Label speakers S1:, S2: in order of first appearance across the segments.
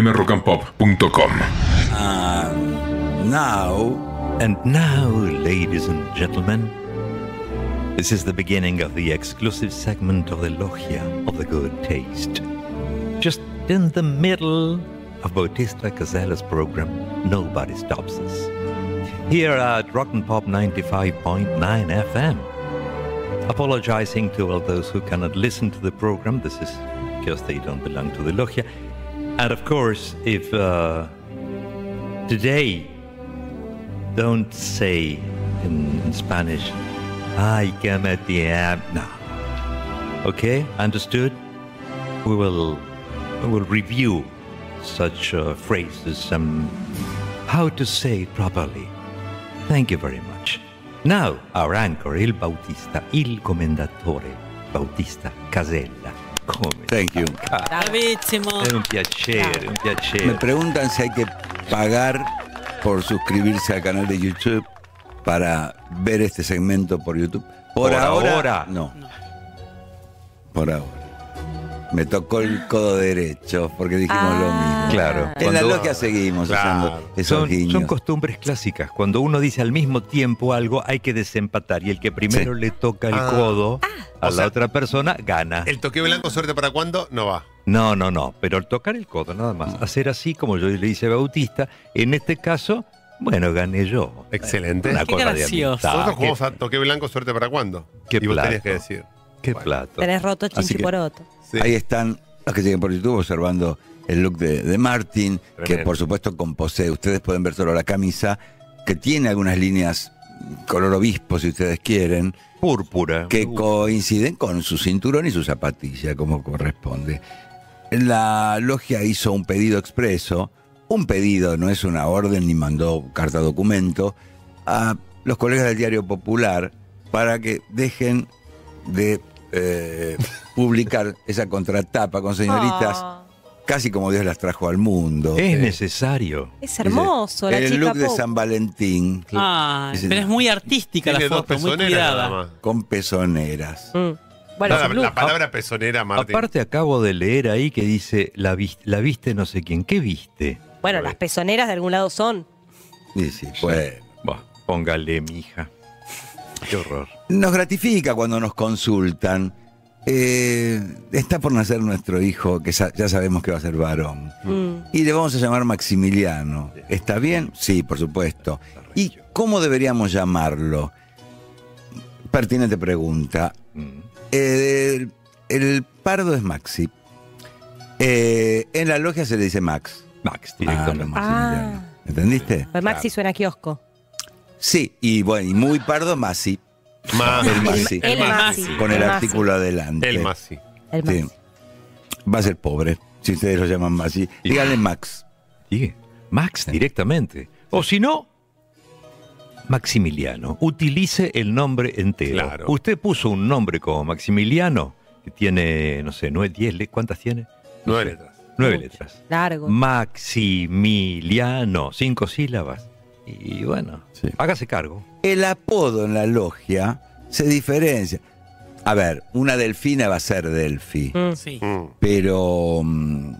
S1: fmrockandpop.com.
S2: Um, now,
S3: And now, ladies and gentlemen, this is the beginning of the exclusive segment of the Logia of the Good Taste. Just in the middle of Bautista Casella's program, nobody stops us. Here at Rock and Pop 95.9 FM. Apologizing to all those who cannot listen to the program. This is because they don't belong to the Logia. And of course, if uh, today don't say in, in Spanish, I come at the end. No. Okay, understood? We will, we will review such uh, phrases and how to say it properly. Thank you very much. Now, our anchor, Il Bautista, Il Commendatore Bautista Casella. Come
S2: thank you.
S4: Bravísimo.
S3: È Ah. un piacere, un
S2: Me
S3: piacere.
S2: preguntan si hay que pagar por suscribirse al canal de YouTube para ver este segmento por YouTube. Por,
S3: Por
S2: ahora,
S3: ahora.
S2: No. Por ahora. Me tocó el codo derecho porque dijimos lo mismo.
S3: Ah. Claro.
S2: En la
S3: cuando-
S2: logia seguimos haciendo esos
S3: Son,
S2: guiños.
S3: son costumbres clásicas. Cuando uno dice al mismo tiempo algo, hay que desempatar. Y el que primero le toca el
S5: Ah.
S3: codo a
S5: O
S3: la
S5: sea,
S3: otra persona, gana.
S5: El toque blanco, suerte para cuándo, no va.
S3: No, no, no. Pero el tocar el codo, nada
S2: Ah.
S3: más. Hacer así, como yo le hice a Bautista, en este caso, bueno, gané yo.
S5: Excelente.
S3: Una
S4: Qué
S3: cosa de
S4: gracioso.
S3: amistad.
S5: Nosotros jugamos
S3: Qué-
S5: a toque blanco, suerte para cuándo.
S3: Qué
S5: y vos
S3: plato.
S5: tenías que decir.
S3: Qué
S5: Bueno,
S3: plato.
S6: Tenés roto chinchiporoto.
S5: sí.
S2: Ahí están los que siguen por YouTube observando el look de, de Martin, que
S5: Tremendo.
S2: por supuesto composee. Ustedes pueden ver solo la camisa, que tiene algunas líneas color obispo, si ustedes quieren,
S3: Púrpura.
S2: que
S3: Uh,
S2: coinciden con su cinturón y su zapatilla, como corresponde. La logia hizo un pedido expreso, un pedido, no es una orden ni mandó carta documento, a los colegas del Diario Popular para que dejen de eh, publicar esa contratapa con señoritas,
S6: Ah,
S2: casi como Dios las trajo al mundo. Eh,
S3: Es necesario.
S6: es hermoso, la
S2: el
S6: chica
S2: look de
S6: pop.
S2: San Valentín
S4: Ah,
S2: Ese-
S4: pero es muy artística
S5: Tiene
S4: la
S5: dos
S4: foto, muy
S5: pezoneras nada
S4: cuidada.
S5: más.
S2: con pezoneras.
S6: Mm. Bueno,
S5: Nada,
S6: su
S5: la
S6: look.
S5: palabra pezonera, Martín.
S3: Aparte acabo de leer ahí que dice, la, vis- la viste no sé quién. ¿Qué viste?
S6: bueno, las pezoneras de algún lado son.
S2: Y sí, bueno.
S3: Bah, póngale, mija. Qué horror.
S2: Nos gratifica cuando nos consultan. Eh, está por nacer nuestro hijo, que sa- ya sabemos que va a ser varón.
S6: Mm.
S2: Y le vamos a llamar Maximiliano. ¿Está bien? Sí, por supuesto. ¿Y cómo deberíamos llamarlo? Pertinente pregunta.
S3: Mm.
S2: Eh, el, el pardo es Maxi. Eh, en la logia se le dice Max.
S3: Max,
S2: Ah,
S3: directamente.
S2: no, Maximiliano.
S6: Ah.
S2: ¿Entendiste?
S6: Pues Maxi suena a kiosco.
S2: Sí, y bueno, y muy pardo Maxi,
S5: Más.
S2: El Maxi.
S6: El Maxi.
S2: con el,
S6: El Maxi.
S2: artículo adelante.
S5: El más, sí.
S6: El
S2: Sí.
S6: Maxi.
S2: Va a ser pobre, si ustedes lo llaman así. Díganle Max.
S3: Sí, Max directamente. O si no, Maximiliano. Utilice el nombre entero.
S5: Claro.
S3: Usted puso un nombre como Maximiliano, que tiene, no sé, nueve, diez, le- ¿cuántas tiene?
S5: Nueve letras.
S3: Nueve
S6: Mucho.
S3: letras.
S6: Largo.
S3: Maximiliano, cinco sílabas. Y bueno,
S2: Sí.
S3: hágase cargo.
S2: El apodo en la logia se diferencia. A ver, una delfina va a ser Delfi,
S6: Mm.
S4: Sí.
S5: Mm.
S2: pero mm,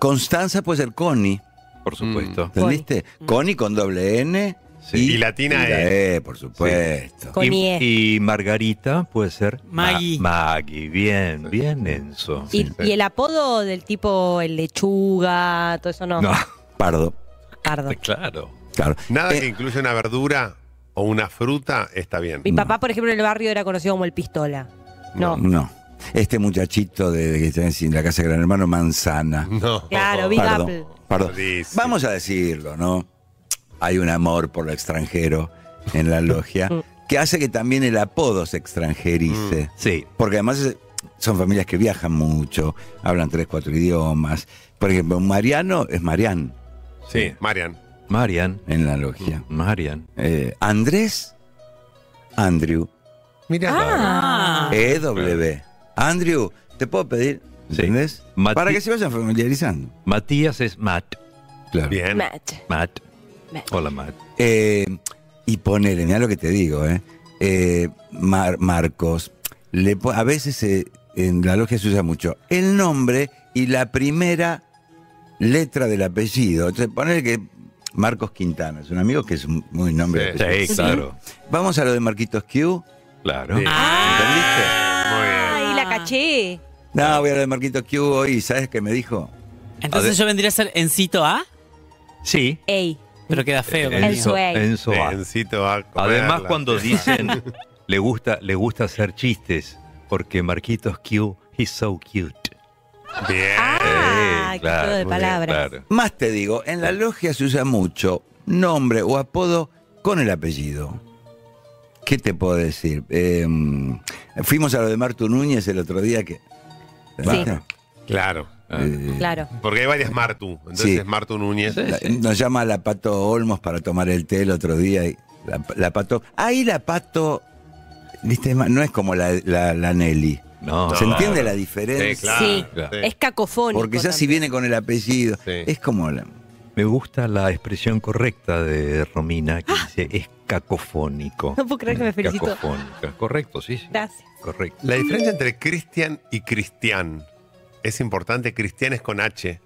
S2: Constanza puede ser Connie, Mm.
S3: Por supuesto.
S2: ¿entendiste? Connie con doble N
S3: Sí.
S5: Y latina
S2: y la
S5: E.
S2: E, por supuesto.
S6: Con E.
S3: y,
S6: IE.
S3: y Margarita puede ser Ma-
S4: Maggie.
S3: Maggie, bien, bien Enzo.
S6: Y, y el apodo del tipo, el lechuga, todo eso no.
S3: No,
S2: Pardo,
S6: Pardo.
S3: Pues claro.
S2: claro.
S5: Nada
S2: Eh,
S5: que incluya una verdura o una fruta está bien.
S6: Mi papá, por ejemplo, en el barrio era conocido como el pistola. No.
S2: No. Este muchachito de, de que está en la casa de Gran Hermano, Manzana.
S5: No.
S6: Claro, Big
S2: Pardo,
S6: Apple.
S2: pardo.
S5: Rarísimo.
S2: Vamos a decirlo, ¿no? Hay un amor por lo extranjero en la logia que hace que también el apodo se extranjerice.
S3: Mm, Sí,
S2: Porque además es- son familias que viajan mucho, hablan tres, cuatro idiomas. Por ejemplo, Mariano es Marián
S5: Sí, Marian.
S3: Marian.
S2: en la logia.
S3: Marian.
S2: Eh, Andrés, Andrew,
S5: Mira.
S6: Ah.
S3: E
S2: EW. E Andrew, ¿te puedo pedir?
S3: Sí.
S2: ¿Entendés?
S3: Mati-
S2: Para que se vayan familiarizando.
S3: Matías es Matt.
S2: Claro.
S5: Bien.
S6: Match.
S3: Matt.
S6: Matt.
S3: Hola, Matt.
S2: Eh, y ponele, mira lo que te digo, ¿eh? Eh, Mar- Marcos, le po- a veces eh, en la logia se usa mucho el nombre y la primera letra del apellido. Entonces, ponele que Marcos Quintana es un amigo que es un- muy nombre. de apellido.
S3: Sí, claro.
S2: Vamos a lo de Marquitos Q.
S3: Claro.
S5: Sí.
S6: Ah, y la caché.
S2: No, voy a lo de Marquitos Q hoy. ¿Sabes qué me dijo?
S3: A ver.
S4: Entonces yo vendría a ser Encito A,
S3: Sí.
S6: Ey,
S4: pero queda feo
S6: El
S4: conmigo.
S3: Enzo,
S6: sueño.
S3: Enzo
S5: Muy
S3: A.
S5: bien. Lencito va a comer
S3: Además,
S5: la-
S3: cuando dicen le gusta, le gusta hacer chistes, porque Marquitos Q, he's so cute.
S5: Bien.
S6: Ah,
S3: Eh,
S6: qué juego de
S3: muy bien,
S6: palabras.
S3: claro.
S2: Más te digo, en la logia se usa mucho nombre o apodo con el apellido. ¿Qué te puedo decir? Eh, fuimos a lo de Martu Núñez el otro día que... ¿Basta?
S5: Claro.
S2: Eh,
S6: claro.
S5: Porque hay varias Martu. Entonces
S2: Sí.
S5: es Martu Núñez.
S2: la- nos llama la Pato Olmos para tomar el té el otro día. Y la, la Pato... Ahí la Pato... ¿Viste? es más- No es como la, la, la Nelly.
S3: No,
S2: ¿Se
S5: No.
S2: entiende la
S5: Sí,
S2: diferencia?
S5: claro.
S6: Sí.
S5: Sí.
S6: Es cacofónico.
S2: Porque ya si
S6: también.
S2: viene con el apellido,
S5: Sí.
S2: es como... la-
S3: me gusta la expresión correcta de Romina, que dice es cacofónico.
S6: Ah. No puedo creer que me felicito.
S3: Cacofónica. Correcto, sí, sí.
S6: Gracias.
S3: Correcto.
S5: La diferencia entre Cristian y Cristian es importante. Cristian es con H.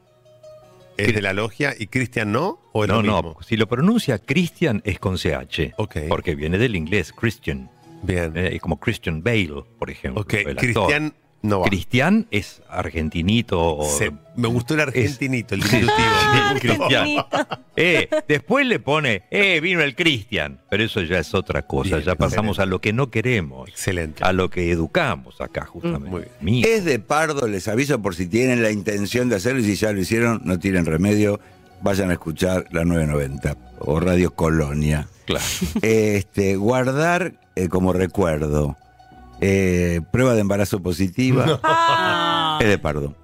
S5: ¿Es de la logia y Cristian no? ¿O es lo
S3: No, no, pues,
S5: mismo?
S3: si lo pronuncia Christian es con CH.
S5: Ok.
S3: Porque viene del inglés, Christian.
S5: Bien.
S3: eh, como Christian Bale, por ejemplo.
S5: ok,
S3: el actor.
S5: Cristian no va.
S3: Cristian es argentinito. o-
S5: Se- me gustó el argentinito, el diminutivo.
S3: Ah,
S5: Me gustó.
S3: Cristian. Eh, después le pone, eh, vino el Cristian. Pero eso ya es otra cosa.
S5: Bien,
S3: ya pasamos a lo que no queremos,
S5: Excelente.
S3: a lo que educamos acá, justamente.
S5: Muy bien.
S3: Mira,
S2: Es de pardo, les aviso por si tienen la intención de hacerlo y si ya lo hicieron, no tienen remedio, vayan a escuchar la 990 o Radio Colonia.
S3: claro.
S2: Este, guardar eh, como recuerdo eh, prueba de embarazo positiva
S4: Ah.
S2: es de pardo.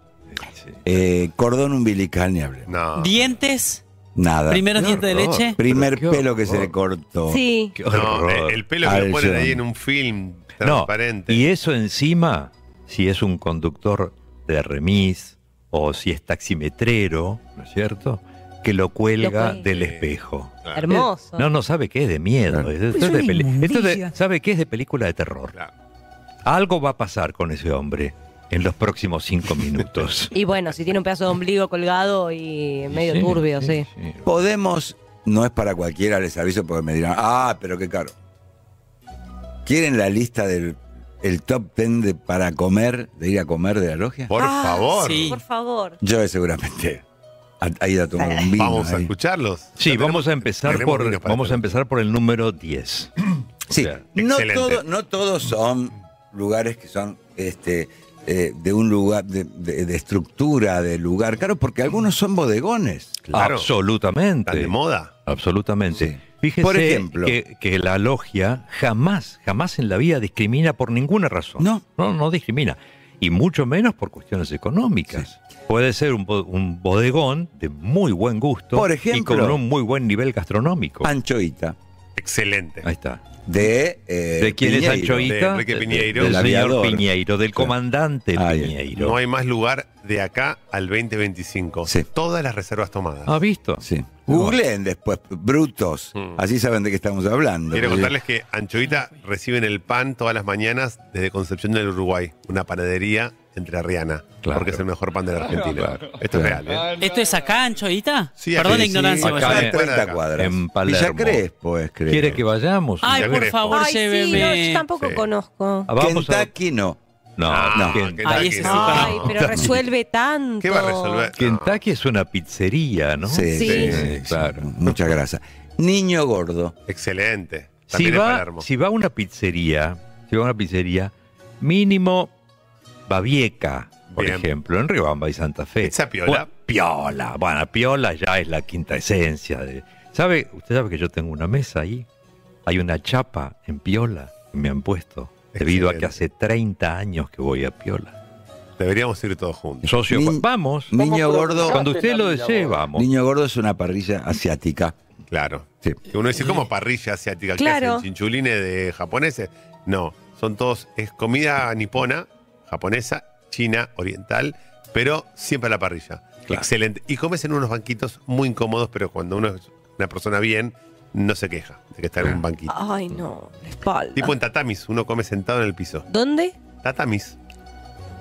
S3: Sí.
S2: Eh, cordón umbilical, ni hablemos.
S5: No.
S4: Dientes,
S2: Nada.
S4: primeros
S3: qué
S4: dientes de
S3: horror.
S4: leche.
S2: Primer
S3: Pero qué
S2: pelo que se
S3: horror.
S2: le cortó.
S6: Sí.
S3: Qué
S5: No,
S3: horror.
S5: eh, el pelo que
S2: Al
S5: lo ponen
S2: John.
S5: ahí en un film
S3: No,
S5: transparente.
S3: y eso encima, si es un conductor de remis o si es taximetrero, ¿no es cierto? Que lo cuelga
S6: cuelga.
S3: del espejo.
S5: Claro,
S6: Hermoso.
S3: No, no sabe qué es de miedo.
S2: Claro.
S3: Esto es de peli- esto es de- sabe qué es de película de terror.
S5: claro.
S3: Algo va a pasar con ese hombre en los próximos cinco minutos.
S6: Y bueno, si tiene un pedazo de ombligo colgado y medio
S3: Sí,
S6: turbio, sí.
S3: sí.
S2: Podemos, no es para cualquiera, les aviso porque me dirán, ah, pero qué caro. ¿Quieren la lista del el top 10 de, para comer, de ir a comer de la logia?
S5: Por
S6: Ah,
S5: favor,
S4: sí.
S6: Por favor.
S2: Yo seguramente ha, ha ido a tomar un vino.
S5: vamos a
S2: ahí.
S5: escucharlos.
S3: Sí,
S5: Ya
S3: vamos a
S5: tenemos-
S3: empezar
S5: tenemos
S3: por
S5: vino para
S3: vamos a
S5: hacer.
S3: empezar por el número 10.
S2: Sí,
S3: O sea,
S2: no,
S5: excelente.
S2: todo- no todos son lugares que son este, eh, de un lugar, de, de- de estructura, de lugar. Claro, porque algunos son bodegones.
S3: Ah,
S5: Claro.
S3: Absolutamente.
S5: Tan de moda.
S3: Absolutamente.
S2: Sí.
S3: Fíjese
S2: Por ejemplo.
S3: que, que la logia jamás, jamás en la vida discrimina por ninguna razón.
S2: No.
S3: No, no discrimina. Y mucho menos por cuestiones económicas. Puede ser un, bo- un bodegón de muy buen gusto
S2: Por
S3: y
S2: ejemplo.
S3: con un muy buen nivel gastronómico.
S2: Anchoita.
S5: Excelente.
S3: Ahí está.
S2: De, eh,
S3: ¿De quién es
S2: Piñeiro.
S3: Anchoita?
S5: De Enrique Piñeiro.
S3: Del
S2: Del
S3: señor
S2: aviador.
S3: Piñeiro, del
S2: Claro.
S3: comandante
S2: Ahí.
S3: Piñeiro.
S5: No hay más lugar de acá al 2025.
S2: Sí.
S5: Todas las reservas tomadas.
S3: ¿Ha visto?
S2: Sí. Ah, Googleen después, brutos.
S5: Mm.
S2: Así saben de qué estamos hablando.
S5: Quiero
S2: Sí.
S5: contarles que Anchoita reciben el pan todas las mañanas desde Concepción del Uruguay, una panadería entrerriana,
S3: Claro.
S5: porque es el mejor pan de la Argentina. Esto es real, ¿eh?
S4: ¿Esto es acá, Anchoita?
S5: Sí,
S4: Perdón
S5: aquí,
S4: la
S5: sí,
S4: ignorancia.
S3: acá
S4: vaya.
S3: en-
S5: fuera de
S2: 50
S5: acá.
S2: cuadras.
S3: En Palermo.
S2: Villa Crespo es, creo.
S3: ¿Quiere que vayamos?
S4: Ay,
S5: Ya
S4: por
S5: veremos.
S4: favor,
S6: Ay, sí, no, yo
S4: lléveme.
S6: tampoco
S5: Sí.
S6: conozco.
S3: Ah, vamos a-
S2: Kentucky no.
S3: No,
S5: Ah,
S3: Ken-
S5: Kentucky,
S4: Ahí es
S5: no.
S4: azúcar.
S6: Ay, pero resuelve tanto.
S5: ¿Qué va a resolver?
S3: Kentucky es una pizzería, ¿no?
S2: Sí,
S6: Sí.
S2: sí,
S3: Sí,
S2: sí,
S3: claro.
S2: Mucha grasa. Niño gordo.
S5: No, excelente.
S3: Si
S5: También en
S3: va,
S5: Palermo.
S3: si va a una pizzería, si va a una pizzería, mínimo Babieca, por
S5: Bien.
S3: ejemplo, en Riobamba y Santa Fe.
S5: Pizza piola.
S3: Bu- piola. Bueno, piola ya es la quinta esencia de. ¿Sabe? Usted sabe que yo tengo una mesa ahí. Hay una chapa en piola que me han puesto. Debido a que hace
S5: Excelente.
S3: 30 años que voy a Piola.
S5: Deberíamos ir todos juntos.
S3: Socio,
S2: Ni-
S3: vamos.
S2: Niño gordo.
S3: Cuando usted lo desee, vamos.
S2: Niño gordo es una parrilla asiática.
S5: Claro.
S2: Sí.
S5: Que uno dice, ¿cómo parrilla asiática? ¿Qué
S6: Claro.
S5: hacen? ¿Chinchulines de japoneses? No, son todos, es comida nipona, japonesa, china, oriental, pero siempre a la parrilla.
S3: Claro.
S5: Excelente. Y comes en unos banquitos muy incómodos, pero cuando uno es una persona bien, no se queja de que está en un banquito.
S6: Ay, no, Ah, la espalda.
S5: Tipo en tatamis, uno come sentado en el piso.
S6: ¿Dónde?
S5: Tatamis.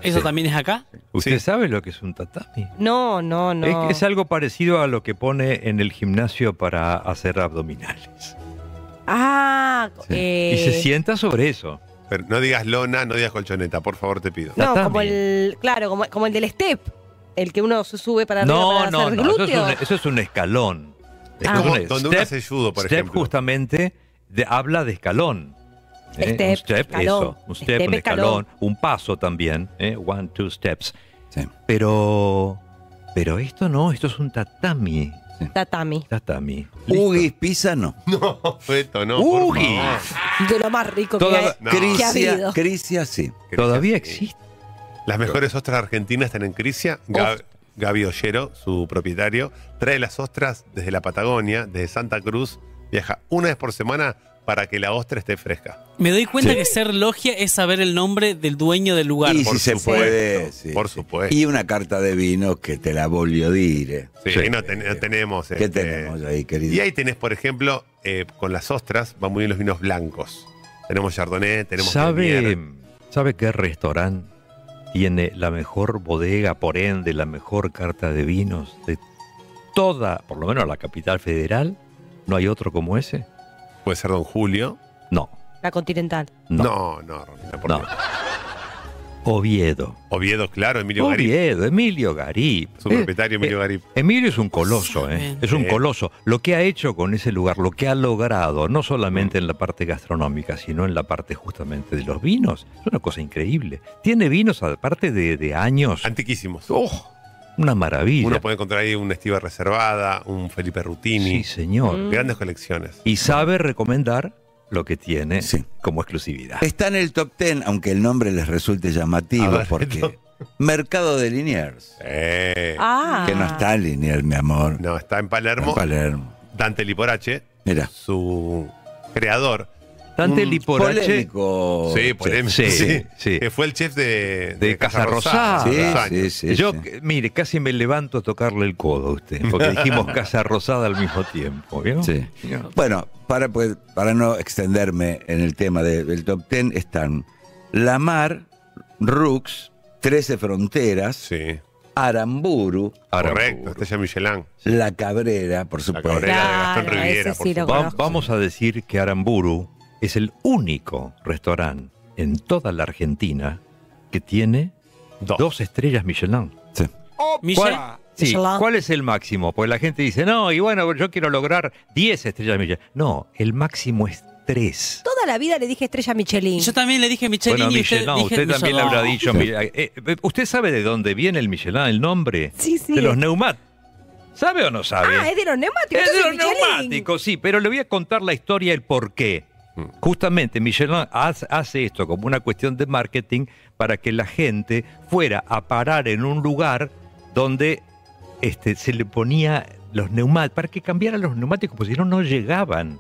S4: ¿Eso
S3: Sí.
S4: también es acá?
S3: ¿Usted
S5: Sí.
S3: sabe lo que es un tatami?
S6: No, no, no.
S3: Es, es algo parecido a lo que pone en el gimnasio para hacer abdominales.
S6: Ah,
S2: Sí.
S6: eh,
S3: Y se sienta sobre eso.
S5: Pero no digas lona, no digas colchoneta, por favor, te pido.
S6: No,
S3: tatami.
S6: como el, claro, como, como el del step, el que uno se sube para arriba
S3: No,
S6: para
S3: no,
S6: hacer
S3: no. Eso es,
S6: glúteo.
S3: un, eso es un escalón.
S5: Es
S6: Ah.
S5: como
S3: un
S5: donde uno
S3: step-
S5: hace judo, por
S3: step
S5: ejemplo.
S3: justamente de- habla de escalón. ¿eh?
S6: Step,
S3: un step,
S6: escalón.
S3: eso. Un step,
S6: Step,
S3: un escalón,
S6: escalón.
S3: un paso también. ¿eh? One, two steps.
S2: Sí.
S3: Pero, pero esto no, esto es un tatami.
S6: Tatami.
S3: Tatami.
S2: Ugis Pisa no.
S5: No, Beto, no. por
S3: Uy.
S5: favor.
S6: De lo más rico que hay.
S2: Toda
S5: No.
S6: ¿Qué ha
S2: Crisia,
S6: habido?
S2: Crisia sí.
S3: Todavía
S2: eh,
S3: existe.
S5: Las mejores ostras argentinas están en Crisia. Ga- Gaby Ollero, su propietario, trae las ostras desde la Patagonia, desde Santa Cruz. Viaja una vez por semana para que la ostra esté fresca.
S4: Me doy cuenta
S3: Sí.
S4: que ser logia es saber el nombre del dueño del lugar.
S2: Y
S5: por
S2: si se
S5: supuesto,
S2: puede. Eh, sí,
S5: por
S2: sí.
S5: supuesto.
S2: Y una carta de vino que te la volvió dire.
S5: Sí,
S3: Sí.
S5: No, ten- no tenemos.
S2: ¿Qué
S5: este,
S2: tenemos ahí, querido?
S5: Y ahí tenés, por ejemplo, eh, con las ostras van muy bien los vinos blancos. Tenemos Chardonnay, tenemos
S3: ¿Sabe,
S5: Meunier.
S3: ¿Sabe qué restaurante tiene la mejor bodega, por ende, la mejor carta de vinos de toda, por lo menos la capital federal? ¿No hay otro como ese?
S5: Puede ser Don Julio.
S3: No,
S6: La continental.
S3: no, no.
S5: No, no, Romina, por Dios.
S3: Oviedo.
S5: Oviedo, claro, Emilio Garí.
S3: Oviedo, Emilio Garip.
S5: Su
S3: Eh,
S5: propietario, Emilio
S3: eh,
S5: Garí.
S3: Emilio es un coloso, ¿eh?
S4: Saben.
S3: es un
S5: Sí.
S3: coloso. Lo que ha hecho con ese lugar, lo que ha logrado, no
S5: Mm.
S3: solamente en la parte gastronómica, sino en la parte justamente de los vinos, es una cosa increíble. Tiene vinos, aparte de, de años, ¡oh!
S5: Antiquísimos.
S3: una maravilla.
S5: Uno puede encontrar ahí una estiva reservada, un Felipe Rutini.
S3: Sí, señor.
S6: Mm.
S5: Grandes colecciones.
S3: Y sabe recomendar lo que tiene
S2: Sí.
S3: como exclusividad.
S2: Está en el top 10, aunque el nombre les resulte
S5: A
S2: llamativo,
S5: ver,
S2: porque
S5: no.
S2: Mercado de Liniers,
S5: Eh,
S6: Ah.
S2: que no está en Liniers, mi amor,
S5: no, está en Palermo.
S2: en Palermo.
S5: Dante Liporache,
S2: Mira,
S5: su creador.
S3: Dante
S5: Mm,
S3: Liporache
S2: polémico.
S5: sí, polémico.
S3: sí,
S5: Sí,
S3: sí.
S5: Que fue el chef de,
S3: de Casa Rosada.
S5: hace
S2: Sí,
S5: unos años.
S2: sí, sí,
S3: Yo,
S2: sí.
S3: que- mire, casi me levanto a tocarle el codo a usted, porque dijimos Casa Rosada al mismo tiempo, ¿vio?
S2: Sí.
S3: ¿Vio?
S2: Bueno, para, pues, para no extenderme en el tema de- del top 10, están La Mar, Rux, Trece Fronteras,
S5: Sí,
S2: Aramburu,
S3: Ahora,
S5: correcto. Estrella Michelin.
S2: La Cabrera, por supuesto.
S5: Cabrera. Era de Gastón
S6: Claro,
S5: Riviera,
S6: ese
S5: por
S6: sí lo
S5: supuesto.
S3: va-
S6: conozco.
S3: vamos a decir que Aramburu es el único restaurante en toda la Argentina que tiene
S5: Dos. Oh,
S3: dos estrellas Michelin.
S2: Sí.
S4: Michelle,
S3: ¿Cuál, sí,
S6: Michelin.
S3: ¿Cuál es el máximo? Pues la gente dice, no, y bueno, yo quiero lograr 10 estrellas Michelin. No, el máximo es 3.
S6: Toda la vida le dije estrella Michelin.
S4: yo también le dije Michelin
S3: Bueno,
S4: y usted,
S3: Michelin, usted,
S4: dije
S3: también le
S4: Michelin.
S3: habrá dicho.
S2: Sí.
S3: mira, eh, eh, ¿Usted sabe de dónde viene el Michelin, el nombre?
S6: Sí, sí.
S3: De los neumáticos. ¿Sabe o no sabe?
S6: ah, es de los neumáticos.
S3: Es de los
S6: entonces Michelin.
S3: neumáticos, sí, pero le voy a contar la historia, el por qué. Justamente Michelin haz- hace esto como una cuestión de marketing para que la gente fuera a parar en un lugar donde este, se le ponía los neumáticos, para que cambiaran los neumáticos, porque si no, no llegaban.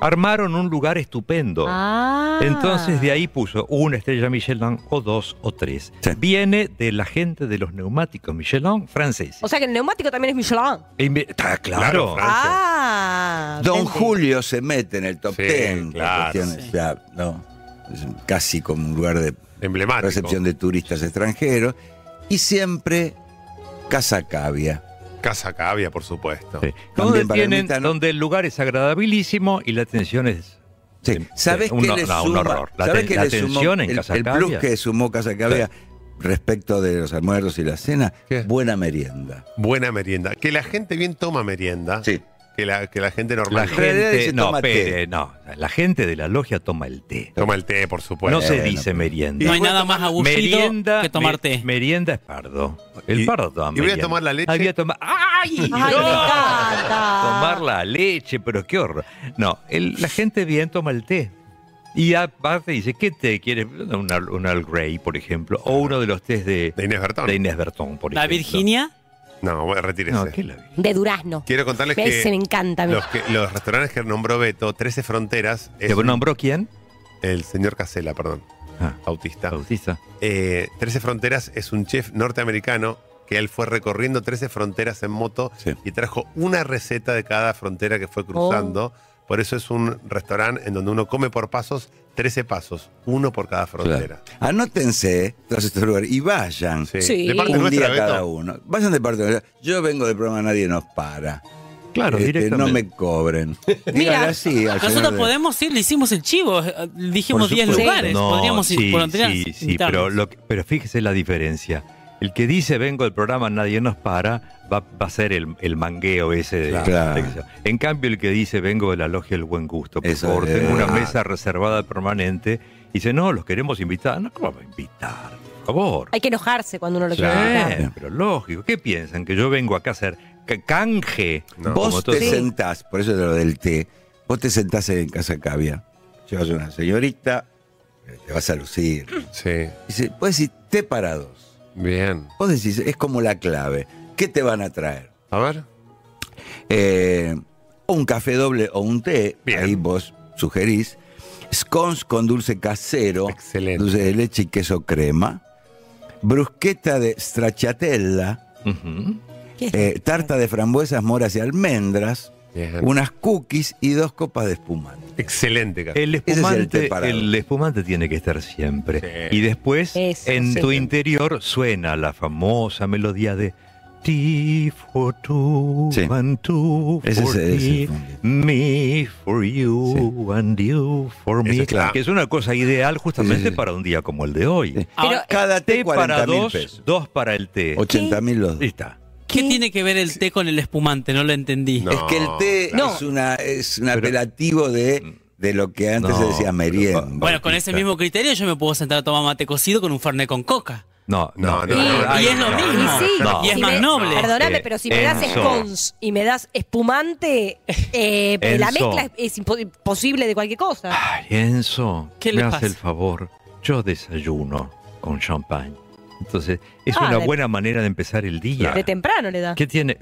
S3: Armaron un lugar estupendo.
S6: Ah.
S3: Entonces de ahí puso una estrella Michelin o dos o tres.
S2: Sí.
S3: Viene de la gente de los neumáticos Michelin francés.
S6: O sea que el neumático también es Michelin.
S3: Está claro.
S5: Claro,
S6: Ah.
S2: Don
S6: vende.
S2: Julio se mete en el top
S5: Sí,
S2: 10.
S5: claro.
S2: cuestiones,
S4: Sí.
S2: ya, ¿no? Es un- Casi como un lugar de
S5: Emblemático.
S2: recepción de turistas extranjeros. Y siempre Casa Cavia.
S5: Casa Cavia, por supuesto.
S3: Sí. Donde,
S2: También para
S3: tienen-
S2: ermitaño.
S3: donde el lugar es agradabilísimo y la atención es...
S2: Sí.
S3: Sí,
S2: ¿Sabes
S3: sí,
S2: qué
S3: un-
S2: le
S3: no, un
S2: suma?
S3: horror. La
S2: ¿Sabés
S3: ten-
S2: qué
S3: la
S2: le sumó?
S3: tensión en
S2: el,
S3: Casa
S2: el plus
S3: Cavia.
S2: que sumó Casa Cavia respecto de los almuerzos y la cena,
S5: ¿Qué?
S2: buena merienda.
S5: Buena merienda. Que la gente bien toma merienda.
S2: Sí.
S5: Que la, que la gente
S3: La
S5: normal
S2: realidad
S3: gente...
S2: se
S3: No,
S2: toma té.
S3: espere, no. La gente de la logia toma el té.
S5: toma el té, Eh, por supuesto.
S3: no se
S2: bueno,
S3: dice
S2: pero-
S3: merienda.
S4: no hay nada más aburrido
S3: merienda,
S4: que
S3: me-
S4: tomarte.
S3: merienda es pardo. El
S5: Y-
S3: pardo toma
S5: y voy a
S3: merienda.
S5: tomar la leche.
S3: Ah, voy a tomar... ¡Ay!
S6: Ay,
S3: no!
S6: me encanta.
S3: Tomar la leche, pero qué horror. No, el- la gente bien toma el té. Y aparte dice, ¿qué té quieres? Un, Earl- un Earl Grey, por ejemplo, o uno de los tés de,
S5: De Inés Bertón.
S3: de Inés Bertón, por
S4: La
S3: ejemplo.
S4: Virginia,
S5: No, bueno, retírese.
S3: No, ¿qué la Virginia?
S6: De durazno.
S5: Quiero contarles
S6: Ese me
S5: que
S6: encanta. a mí.
S5: los, que los restaurantes que nombró Beto, 13 Fronteras, es
S3: ¿Te nombró quién?
S5: el señor Casela, perdón,
S3: Ah,
S5: autista.
S3: Bautista.
S5: Eh, 13 Fronteras es un chef norteamericano que él fue recorriendo 13 fronteras en moto
S2: Sí.
S3: Oh.
S5: y trajo una receta de cada frontera que fue cruzando Por eso es un restaurante en donde uno come por pasos, 13 pasos, uno por cada frontera.
S2: Claro. Anótense todos estos lugares y vayan.
S6: Sí.
S5: De parte
S2: Un
S5: nuestra,
S2: día
S5: Beto,
S2: cada uno. Vayan de parte. de- Yo vengo del programa Nadie nos para.
S3: Claro,
S2: Este, no
S3: directamente.
S2: me cobren. Dígale así al señor
S4: Nosotros
S2: de-
S4: podemos ir, le hicimos el chivo, eh, dijimos
S2: Por
S4: 10
S2: supuesto.
S4: lugares,
S3: No,
S4: podríamos
S3: sí,
S4: ir por
S3: sí, sí, pero, lo que- pero fíjese la diferencia. El que dice vengo del programa Nadie nos para va, va a ser el, el mangueo ese. de-
S2: Claro.
S3: de- en cambio, el que dice vengo de la logia del buen gusto, por
S2: Eso
S3: favor,
S2: es ah.
S3: tengo una
S2: verdad.
S3: mesa reservada permanente, dice no, los queremos invitar. No, ¿cómo va a invitar? Por favor.
S6: Hay que enojarse cuando uno lo
S3: Sí,
S6: quiere invitar.
S3: pero lógico, ¿qué piensan? ¿Que yo vengo acá a hacer ca- canje?
S5: No.
S3: Como ¿Mm?
S2: Vos
S3: todo-
S2: te sentás, por eso es lo del té. Vos te sentás en Casa Cavia. Llevas una señorita, eh, te vas a lucir.
S5: Sí,
S2: Dice, puedes decir té para dos.
S5: bien.
S2: Vos decís, es como la clave. ¿Qué te van a traer?
S5: A ver.
S2: Eh, o un café doble o un té.
S5: Bien.
S2: Ahí vos sugerís. Scones con dulce casero.
S5: Excelente.
S2: Dulce de leche y queso crema. Brusqueta de stracciatella.
S3: Ujú.
S6: ¿Qué es?
S2: eh, tarta de frambuesas, moras y almendras.
S5: Bien.
S2: Unas cookies y dos copas de espumante.
S5: Excelente, Carlos.
S3: El
S2: es el
S3: espumante,
S2: preparado.
S3: el espumante tiene que estar siempre.
S5: Sí.
S3: Y después,
S6: Eso,
S3: en
S6: sí.
S3: tu interior suena la famosa melodía de Ti for two
S2: Sí.
S3: and two
S2: Ese es-
S3: for
S2: ese es el
S3: me,
S2: fondo.
S3: me for you and you for me.
S5: Ese es la-
S3: Que es una cosa ideal justamente
S2: Sí, sí, sí.
S3: para un día como el de hoy.
S2: Sí.
S4: Ahora,
S3: eh,
S2: Cada té
S3: Té
S2: 40
S3: para
S2: mil
S3: dos,
S2: pesos.
S3: dos para el té.
S2: 80 mil los
S3: Ahí
S2: dos.
S3: está.
S4: ¿Qué tiene que ver el té con el espumante? No lo entendí.
S5: No.
S2: Es que el té
S6: No.
S2: es, una, es un
S3: Pero-
S2: apelativo de, de lo que antes
S3: No,
S2: se decía
S3: pero-
S2: merienda.
S4: Bueno, con ese mismo criterio yo me puedo sentar a tomar mate cocido con un fernet con coca.
S3: No, no,
S5: No, no, no, no,
S4: Y es lo
S3: no,
S4: mismo.
S6: Y
S3: no,
S6: sí,
S3: no.
S4: y es
S6: si
S4: más
S6: me-
S4: noble.
S6: Perdóname,
S3: Eh,
S6: pero si me das
S3: Enzo.
S6: scones y me das espumante, eh, la
S3: Enzo.
S6: mezcla es, es impo- imposible de cualquier cosa.
S3: Ay, Enzo,
S4: ¿Qué
S3: me
S4: le
S3: hace
S4: pasa?
S3: el favor. Yo desayuno con champán. Entonces, es
S6: Ah,
S3: una
S6: de-
S3: buena manera de empezar el día.
S6: De temprano le da.
S3: ¿Qué tiene?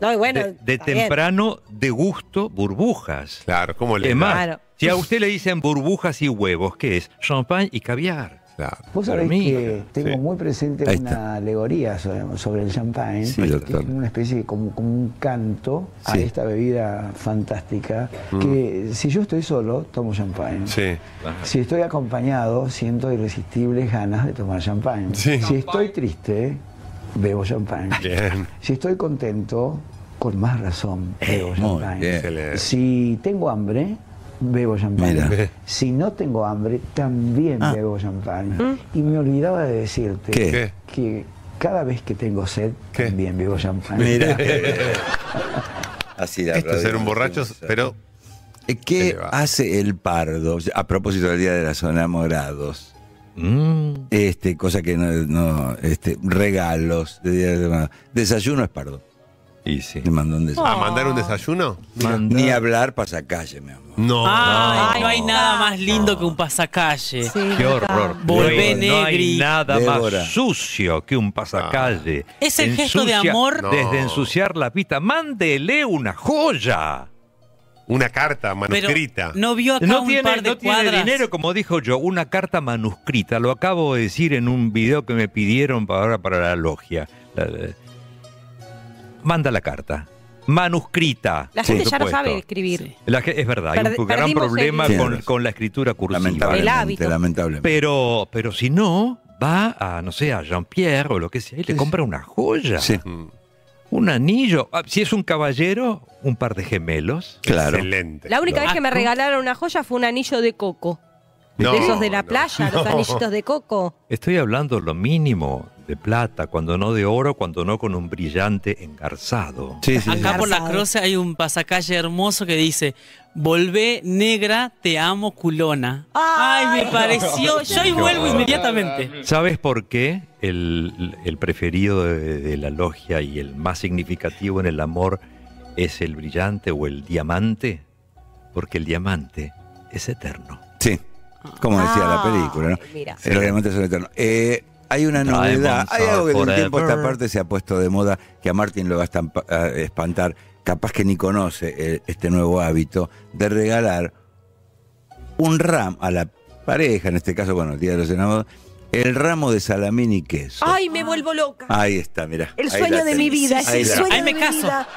S6: No, y bueno,
S3: de de
S6: está bien.
S3: temprano, de gusto, burbujas.
S5: Claro, ¿cómo le
S3: Es más,
S6: Claro.
S3: si a usted le dicen burbujas y huevos, ¿qué es? Champán y caviar.
S5: Claro.
S1: Vos sabés
S3: Dormí.
S1: que tengo
S5: Sí.
S1: muy presente
S2: Ahí
S1: una
S2: está.
S1: alegoría so- sobre el champagne,
S2: Sí,
S1: que
S2: doctor.
S1: es una especie de como, como un canto a
S2: Sí. Mm.
S1: esta bebida fantástica, que si yo estoy solo, tomo champagne.
S5: Sí.
S1: Si estoy acompañado, siento irresistibles ganas de tomar champagne.
S5: Sí.
S1: Si estoy triste, bebo champagne.
S5: Bien.
S1: Si estoy contento, con más razón, bebo
S2: muy
S1: champagne.
S2: bien.
S5: Excelente.
S1: Si tengo hambre, bebo
S2: Mira.
S1: champán. Si no tengo hambre, también
S2: Ah.
S1: bebo champán. Y me olvidaba de decirte
S2: ¿Qué?
S5: ¿Qué?
S1: que cada vez que tengo sed,
S5: ¿Qué?
S1: también bebo champán.
S2: Mira. Así la
S5: Esto es
S2: radio
S5: ser un
S2: no
S5: borracho,
S2: se usa.
S5: pero
S2: ¿Qué
S5: elevado.
S2: hace el pardo? A propósito del Día de los Enamorados.
S3: Mm,
S2: Este, cosa que no, no, este, regalos de Día de los Enamorados. Desayuno es pardo.
S3: y sí.
S2: Te mandó un desayuno.
S5: ¿a mandar un desayuno?
S3: Mandá-
S2: Ni hablar pasacalle, mi amor.
S5: No.
S6: no.
S4: Ay, no hay nada más lindo que un pasacalle.
S6: Sí,
S3: Qué
S6: ya
S3: horror.
S6: está.
S4: Volvé,
S3: no, no hay
S4: Negri.
S3: nada
S2: Débora.
S3: más sucio que un pasacalle.
S4: Es el gesto de amor.
S5: No.
S3: Desde ensuciar la pita, mándele una joya.
S5: Una carta
S4: Pero
S5: manuscrita.
S4: no vio acá
S3: No
S4: un
S3: tiene,
S4: par de
S3: no tiene
S4: cuadras.
S3: dinero, como dijo yo, una carta manuscrita. Lo acabo de decir en un video que me pidieron para, ahora para la logia. La- la- manda la carta. Manuscrita.
S6: La
S3: por
S6: gente ya no
S3: supuesto.
S6: sabe escribir.
S3: La ge- es verdad, hay
S6: Perdi-
S3: un gran
S6: perdimos
S3: problema
S2: el-
S3: con, con la escritura cursiva.
S6: El
S2: Lamentablemente,
S6: hábito.
S2: lamentablemente.
S3: Pero, pero si no, va a, no sé, a Jean-Pierre o lo que sea y le compra una joya.
S2: Sí,
S5: Mm,
S3: Un anillo. Ah, Si es un caballero, un par de gemelos.
S2: claro.
S5: Excelente.
S6: La única vez que me
S4: Asco.
S6: regalaron una joya fue un anillo de coco.
S5: No,
S6: de esos de la
S5: no,
S6: playa, los
S5: no.
S6: anillitos de coco.
S3: Estoy hablando lo mínimo de plata, cuando no de oro, cuando no con un brillante engarzado.
S2: Sí, sí, sí.
S4: Acá por la
S6: Garzado.
S4: croce hay un pasacalle hermoso que dice: Volvé negra, te amo culona. Ay, me pareció. Yo ahí vuelvo inmediatamente.
S3: ¿Sabes por qué el, el preferido de, de la logia y el más significativo en el amor es el brillante o el diamante? Porque el diamante es eterno.
S2: Sí, como decía
S6: Ah,
S2: la película, ¿no?
S6: mira.
S2: Eh, Los diamantes son eternos. Eh, hay una novedad,
S3: Diamonds
S2: hay algo que de un
S3: are
S2: tiempo a esta
S3: forever.
S2: parte se ha puesto de moda que a Martín lo va a estampa- a espantar, capaz que ni conoce eh, este nuevo hábito de regalar un ram a la pareja, en este caso, bueno, el Día de los Enamorados, el ramo de salamín y queso.
S6: Ay, me vuelvo loca.
S2: Ahí está, mira.
S6: El sueño de mi vida, es el sueño
S4: Ahí
S6: de
S4: me
S6: mi
S4: caso.
S6: vida.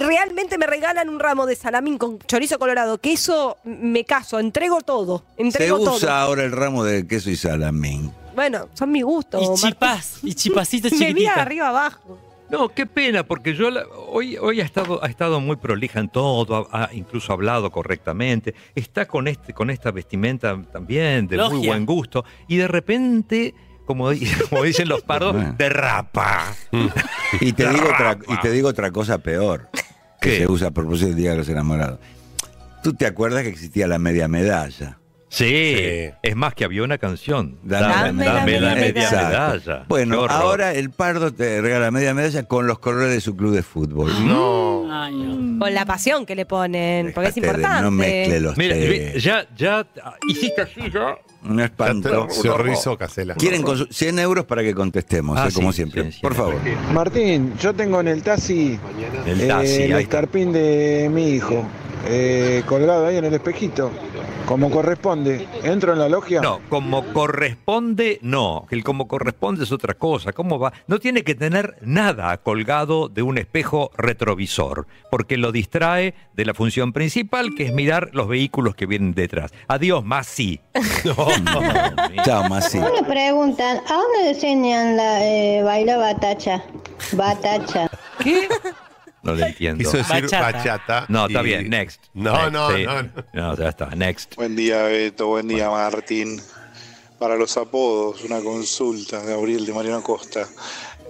S7: realmente me regalan un ramo de salamín con chorizo colorado, que eso me caso, entrego todo,
S2: Se
S7: entrego
S2: usa
S7: todo.
S2: ahora el ramo de queso y salamín.
S7: Bueno, son mi gusto.
S4: Y
S7: Martín.
S4: chipás, y chipacito
S7: Me mira de
S4: chiquitita.
S7: arriba abajo.
S3: No, qué pena, porque yo la- hoy, hoy ha, estado, ha estado muy prolija en todo, ha, ha incluso hablado correctamente, está con, este, con esta vestimenta también de muy
S4: Logia.
S3: buen gusto, y de repente, como, di- como dicen los pardos,
S2: Bueno.
S3: derrapa.
S2: Y te,
S3: La
S2: digo otra,
S3: rapa.
S2: y te digo otra cosa peor que
S3: ¿Qué?
S2: se usa a propósito del Día de los Enamorados. ¿Tú te acuerdas que existía la media medalla?
S3: Sí,
S5: Sí.
S3: es más que había una canción.
S6: Dame la media
S3: media
S2: Exacto.
S3: medalla. Qué
S2: Bueno,
S3: horror.
S2: ahora el Pardo te regala media medalla con los colores de su club de fútbol.
S3: Ah.
S5: No.
S4: Ay, no.
S6: Con la pasión que le ponen, porque es
S2: Dejate de-
S6: importante.
S2: no mezcle los
S3: Mira,
S2: té.
S3: ve- ya, ya, ah, hiciste así, ya.
S2: Un espanto.
S5: Se horrizó Casela.
S2: Quieren con su- 100 euros para que contestemos,
S3: Ah,
S2: eh, como
S3: sí,
S2: siempre.
S3: sí,
S2: Por
S3: sí.
S2: favor.
S8: Martín, yo tengo en el taxi
S3: El
S8: eh,
S3: taxi,
S8: el
S3: ahí.
S8: escarpín de mi hijo eh, colgado ahí en el espejito, como corresponde. ¿Entro en la logia?
S3: No, como corresponde, no. El como corresponde es otra cosa. ¿Cómo va? No tiene que tener nada colgado de un espejo retrovisor, porque lo distrae de la función principal, que es mirar los vehículos que vienen detrás. Adiós, más sí.
S2: Chao, Masi.
S9: Me preguntan, ¿a dónde enseñan la eh, baila batacha? Batacha.
S3: ¿Qué? No lo entiendo.
S5: Quiso decir
S4: Bachata.
S5: bachata.
S3: No, está
S5: y-
S3: bien, next.
S5: No,
S3: Next,
S5: no,
S3: sí.
S5: no, no.
S3: No, ya está, next.
S10: Buen día, Beto. Buen día, Martín. Para los apodos, una consulta, Gabriel de Mariano Costa.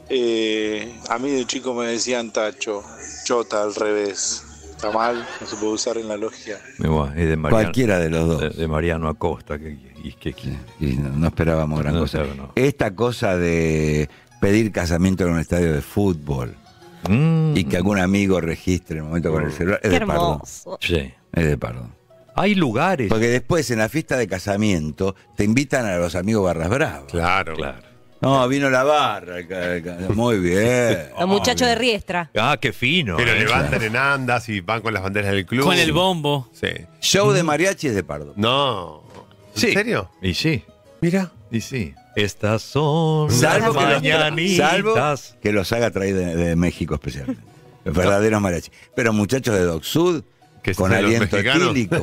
S10: Eh, a mí de chico me decían Tacho, Chota al revés. Está mal, no se puede usar en la logia.
S3: Me voy, es de Mariano,
S2: Cualquiera de los
S3: de,
S2: dos.
S3: de Mariano Acosta. que- y- que- que-
S2: Y no, no esperábamos gran
S3: No,
S2: cosa.
S3: claro, no.
S2: Esta cosa de pedir casamiento en un estadio de fútbol
S3: Mm, Oh.
S2: y que algún amigo registre el momento con el celular es
S6: Qué
S2: de pardo.
S6: hermoso.
S3: sí.
S2: Es de pardo.
S3: Hay lugares.
S2: Porque después en la fiesta de casamiento te invitan a los amigos Barras Bravas.
S5: Claro.
S3: Claro.
S2: No, vino la barra. ca- ca- Muy bien.
S6: Los muchachos de Riestra.
S3: Ah, qué fino.
S5: Pero
S3: ¿eh?
S5: levantan en andas y van con las banderas del club.
S4: Con el bombo.
S5: Sí.
S2: Show de mariachi es de pardo.
S5: No. ¿En
S3: Sí.
S5: serio?
S3: Y sí,
S5: Mira.
S3: y sí. Estas son
S2: Salvo que, los,
S3: las
S2: tra- salvo
S3: mañanitas.
S2: que los haga traer de, de México especialmente. Los verdaderos mariachi. Pero muchachos de Doc Sud,
S5: Que
S2: con
S5: sean los
S2: aliento
S5: mexicanos.
S2: etílico.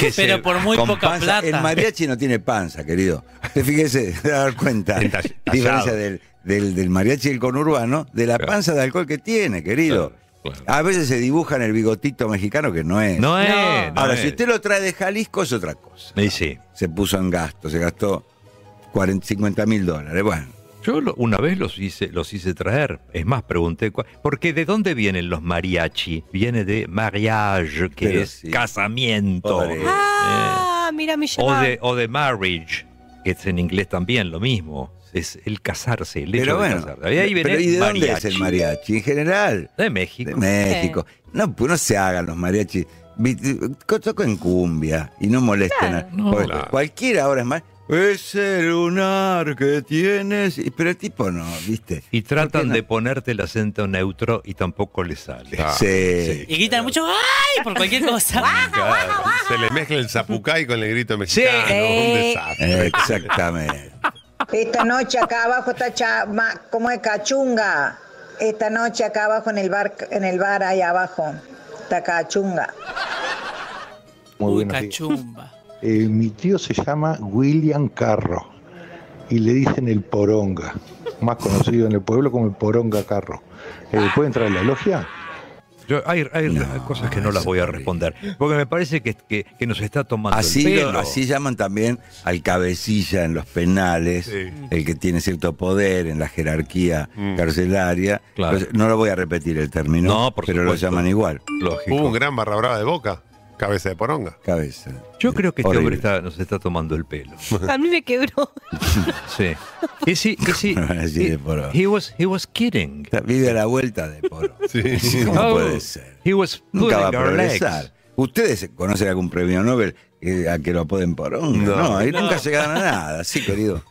S3: Que se-
S4: Pero por muy
S2: con
S4: poca
S2: panza.
S4: plata.
S2: El mariachi no tiene panza, querido. Te fíjese, te vas a dar cuenta.
S5: Está tallado.
S2: La diferencia del, del, del mariachi y el conurbano, de la
S3: Claro.
S2: panza de alcohol que tiene, querido.
S3: Claro, claro.
S2: A veces se dibujan el bigotito mexicano que no es.
S3: No es. no
S2: Ahora,
S3: es.
S2: si usted lo trae de Jalisco es otra cosa.
S3: Y sí.
S2: Se puso en gasto, se gastó 40, 50 mil dólares. Bueno,
S3: Yo lo- una vez los hice, los hice traer. Es más, pregunté. cua- Porque ¿de dónde vienen los mariachi? Viene de mariage, que
S2: Pero
S3: es
S2: sí.
S3: casamiento.
S2: Pobre.
S3: Eh,
S6: Ah, mira mi
S3: o, de, o de marriage, que es en inglés también lo mismo. Es el casarse, el hecho
S2: pero
S3: de
S2: bueno.
S3: casarse. Ahí viene
S2: pero ¿y de dónde es el mariachi? En general.
S3: De México.
S2: De México. No, pues no se hagan los mariachis. Toco en cumbia y no molesten. a- porque
S5: Claro.
S2: Cualquiera ahora es más. Ese lunar que tienes. y- Pero el tipo no, ¿viste?
S3: Y tratan
S2: no?
S3: de ponerte el acento neutro y tampoco le sale.
S2: Ah, Sí.
S4: Y gritan mucho, ¡ay! Por cualquier cosa.
S5: Claro. Se le mezcla el zapucay con el grito mexicano.
S3: Sí.
S7: Eh,
S5: Un desastre.
S2: Exactamente.
S11: Esta noche acá abajo está chama, como es cachunga. Esta noche acá abajo en el bar, en el bar ahí abajo. Está cachunga.
S4: Uy,
S8: buenos días.
S4: cachumba.
S8: Eh, mi tío se llama William Carro y le dicen el Poronga, más conocido en el pueblo como el Poronga Carro. Eh, ¿Puede entrar en la logia?
S3: Yo- hay hay
S2: No,
S3: cosas que no las voy a
S2: eso no
S3: responder. Porque me parece que, que- que nos está tomando
S2: Así,
S3: el
S2: lo-
S3: pelo.
S2: así llaman también al cabecilla en los penales,
S5: Sí.
S2: el que tiene cierto poder en la jerarquía
S5: Mm.
S2: carcelaria.
S3: Claro.
S2: Entonces, no lo voy a repetir el término,
S3: No, por
S2: pero
S3: supuesto.
S2: lo llaman igual,
S3: Lógico.
S5: Hubo un gran barra brava de boca. Cabeza de poronga.
S2: cabeza.
S3: Yo creo que este
S2: Horrible.
S3: hombre está- nos está tomando el pelo.
S7: A mí me quebró.
S3: Sí. Y sí, y sí,
S2: Así de por-
S3: he, he was, he was kidding.
S2: Está- Vive a la vuelta de poro.
S5: Sí.
S2: ¿Cómo
S3: Oh,
S2: puede ser?
S3: He was
S2: Nunca va a
S3: pulling our legs.
S2: progresar. ¿Ustedes conocen algún premio Nobel eh, a que lo apoden poronga? No,
S5: No.
S2: ahí nunca llegaron a nada, sí, querido.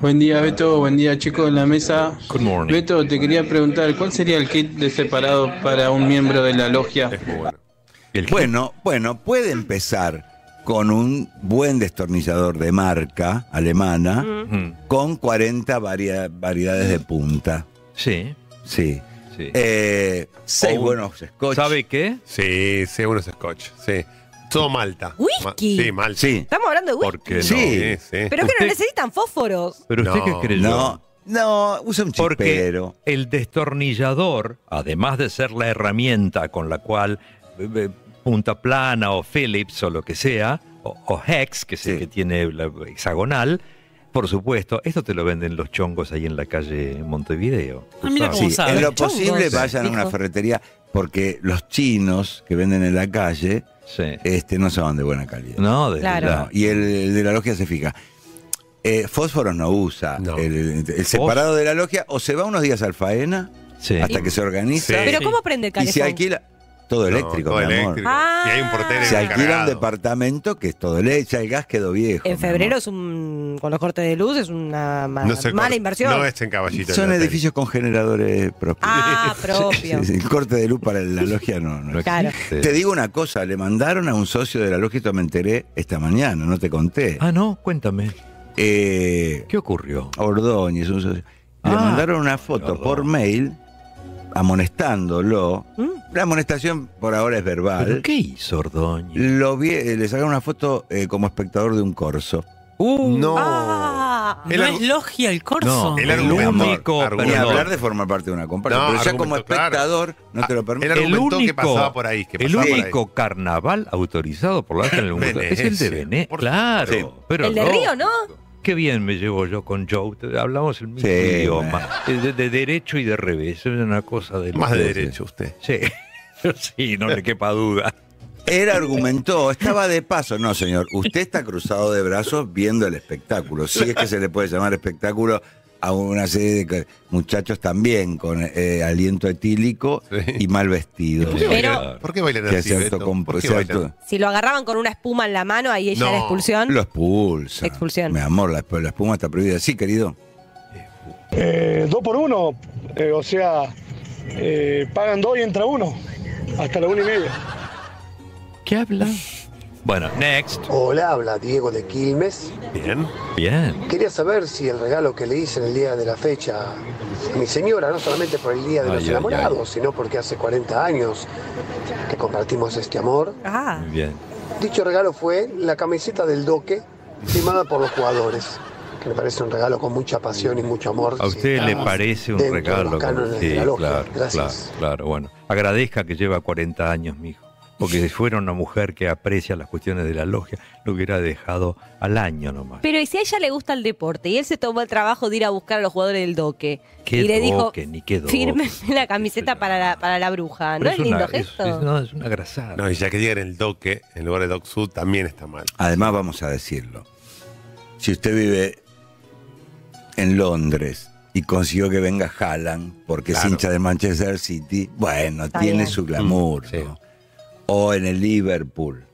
S8: Buen día, Beto. Buen día, chicos en la mesa.
S3: Good morning.
S8: Beto, te quería preguntar, ¿cuál sería el kit de separado para un miembro de la logia?
S5: Es muy bueno.
S3: El-
S2: Bueno, bueno, puede empezar con un buen destornillador de marca alemana
S3: Mm,
S2: con 40 varia- variedades de punta.
S3: Sí.
S2: Sí. Eh, seis
S5: O un-
S2: buenos scotch.
S5: ¿Sabe
S3: qué?
S5: Sí, sí, unos scotch. Sí. Todo Malta.
S7: ¿Whisky?
S5: Ma- sí, Malta. Sí.
S7: Estamos hablando de whisky.
S5: Porque eh,
S2: Sí.
S5: sí, sí.
S7: Pero que no necesitan fósforos.
S3: ¿Pero usted
S2: No,
S3: qué creyó?
S2: no, no, usa un
S3: Porque
S2: chispero.
S3: el destornillador, además de ser la herramienta con la cual eh, eh, Punta Plana o Phillips o lo que sea, o, o Hex, que es el que tiene la hexagonal, por supuesto, esto te lo venden los chongos ahí en la calle Montevideo.
S4: Ah, mira
S3: ¿sabes?
S4: cómo
S2: Sí,
S4: sabe.
S2: en lo
S4: Chongos,
S2: posible vayan a una
S4: dijo.
S2: ferretería porque los chinos que venden en la calle este, no son de buena calidad.
S3: No, de
S7: Claro.
S2: No, Y el, el de la logia se fija. Eh, fósforos no usa. El, el separado de la logia o se va unos días al faena
S3: Sí.
S2: hasta que se organiza.
S7: Pero ¿cómo prende el
S2: Y se
S7: calefón? Ah.
S2: alquila todo
S5: No,
S2: eléctrico,
S5: todo
S2: mi amor.
S5: eléctrico. Y hay un portero
S2: Se alquila un
S5: encargado.
S2: departamento que es todo eléctrico. El gas quedó viejo.
S7: En
S2: mi
S7: febrero es un, con los cortes de luz es una ma-
S2: No se
S7: mala
S2: corta-
S7: inversión.
S2: no
S5: es en caballito.
S2: Son edificios con generadores propios.
S7: Ah, propio.
S2: Sí, sí, el corte de luz para la logia no, no
S7: Claro.
S2: existe. Te digo una cosa, le mandaron a un socio de la logia, esto me enteré esta mañana, no te conté.
S3: Ah, no, cuéntame.
S2: ¿Qué
S3: ocurrió?
S2: Ordóñez, un socio. Le
S3: Ah,
S2: mandaron una foto por mail amonestándolo. La amonestación por ahora es verbal.
S3: ¿Pero qué hizo Ordóñez?
S2: Lo vi, eh, le sacaron una foto eh, como espectador de un corso.
S5: no.
S4: No es logia el corso.
S2: el
S3: único
S2: Ni
S3: perdón.
S2: hablar de formar parte de una comparsa.
S5: No,
S2: pero ya
S5: argumento,
S2: como espectador
S5: claro. Ah,
S2: no te lo permite.
S5: El argumento que pasaba por ahí, que
S3: el
S5: pasaba por
S3: único carnaval autorizado por la en el mundo es el
S5: Venecia,
S3: de Venecia. Claro. Pero
S7: el de
S3: no.
S7: Río, ¿no?
S3: Qué bien me llevo yo con Joe. te- Hablamos el mismo
S2: Sí,
S3: idioma. Eh, De, de derecho y de revés. Es una cosa de.
S5: Más de
S3: locos.
S5: derecho usted.
S3: Sí. sí, no le quepa duda.
S2: Él argumentó, estaba de paso. No, señor, usted está cruzado de brazos viendo el espectáculo. Si es que se le puede llamar espectáculo a una serie de ca- muchachos también con eh, aliento etílico y mal vestidos.
S5: qué Pero-
S7: bailan-
S5: por qué bailan
S2: Que
S5: así,
S2: se
S5: Beto?
S2: autocom-
S5: ¿Por qué
S2: se
S5: bailan?
S2: auto-
S7: Si lo agarraban con una espuma en la mano, ahí ella era expulsión.
S2: Lo expulsa.
S7: Expulsión.
S2: Mi amor, la, esp- la espuma está prohibida. Sí, querido.
S12: Eh, dos por uno, eh, o sea, eh, pagan dos y entra uno, hasta la una y media.
S3: ¿Qué habla? Bueno, next.
S13: Hola, habla Diego de Quilmes.
S5: Bien.
S3: Bien.
S13: Quería saber si el regalo que le hice en el día de la fecha a mi señora, no solamente por el día de
S3: Ay,
S13: los
S3: ay,
S13: enamorados, sino porque hace 40 años que compartimos este amor.
S7: Ah.
S3: Bien.
S13: Dicho regalo fue la camiseta del Doque, firmada por los jugadores, que me parece un regalo con mucha pasión y mucho amor.
S3: ¿A
S13: si
S3: usted le
S13: estamos
S3: parece un
S13: dentro de los
S3: regalo?
S13: cánones de
S3: Sí,
S13: la logia.
S3: claro, claro,
S13: Gracias.
S3: claro. Bueno, agradezca que lleva 40 años, mijo. Porque si fuera una mujer que aprecia las cuestiones de la logia, lo hubiera dejado al año nomás.
S7: Pero ¿y si a ella le gusta el deporte y él se tomó el trabajo de ir a buscar a los jugadores del doque?
S3: ¿Qué
S7: y le dijo,
S3: doque? Ni qué doque.
S7: "Fírmeme la camiseta para la, para la bruja.
S5: Pero
S7: ¿No
S5: es
S7: es lindo
S5: una- es-
S7: gesto?
S5: es
S3: No, es una grasada.
S5: No, y ya que digan el doque, en lugar de Doc Sud, también está mal.
S2: Además, vamos a decirlo. Si usted vive en Londres y consiguió que venga Haaland porque es
S5: Claro.
S2: hincha de Manchester City, bueno,
S5: Está
S2: tiene
S5: bien. Mm,
S2: su glamour. ¿no? O en el Liverpool,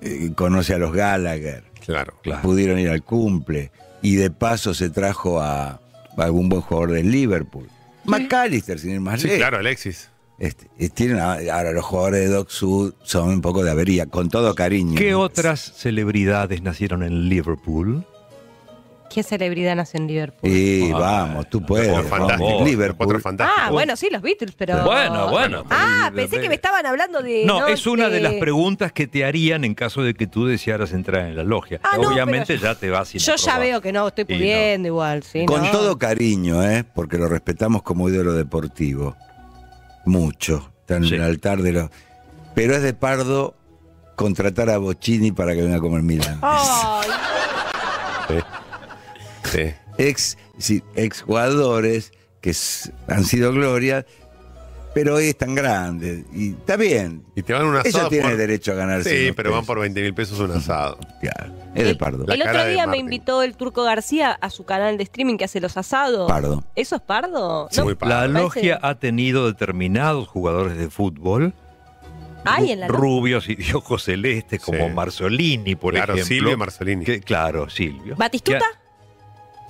S2: eh, conoce a los Gallagher.
S5: Claro, claro.
S2: Pudieron ir al cumple. Y de paso se trajo a, a algún buen jugador del Liverpool. McAllister, sin ir más
S5: Sí,
S2: lejos.
S5: claro, Alexis.
S2: Este, y tiene una- ahora los jugadores de Doc Sud son un poco de avería, con todo cariño.
S3: ¿Qué otras celebridades nacieron en Liverpool? ah,
S7: ¿Qué celebridad nació en Liverpool?
S2: Y vamos, tú puedes.
S5: Cuatro
S2: vamos,
S5: fantásticos,
S2: Liverpool.
S7: Ah, bueno, sí, los Beatles, pero...
S3: Bueno, bueno.
S7: Ah,
S3: pero-
S7: pensé que me estaban hablando de...
S3: No, es una de
S7: de-
S3: las preguntas que te harían en caso de que tú desearas entrar en la logia.
S7: Ah, no,
S3: Obviamente
S7: pero-
S3: ya te vas sin
S7: Yo ya
S3: aprobar.
S7: veo que no estoy
S3: Y no.
S7: pudiendo igual, sí.
S2: Con
S7: no.
S2: todo cariño, ¿eh? porque lo respetamos como ídolo deportivo. Mucho. Está en el altar de los. Pero es de pardo contratar a Bocini para que venga a comer Milán.
S7: Ay,
S2: Ex, sí, ex jugadores que s- han sido gloria, pero hoy están grandes. Y está bien.
S5: Y te van a un asado.
S2: Ella tiene
S5: por-
S2: derecho a ganarse.
S5: Sí,
S2: unos
S5: pero van
S2: pesos.
S5: por 20 mil pesos un asado.
S2: Claro. Es de pardo.
S7: el otro día me invitó el Turco García a su canal de streaming que hace los asados.
S3: Pardo.
S7: ¿Eso es pardo?
S3: La
S7: parece-
S3: logia ha tenido determinados jugadores de fútbol
S7: Ay, en la logia.
S3: rubios y de ojos celestes, como Marzolini, por
S5: Claro,
S3: ejemplo.
S5: Silvio Marzolini.
S3: Que- claro, Silvio.
S7: ¿Batistuta?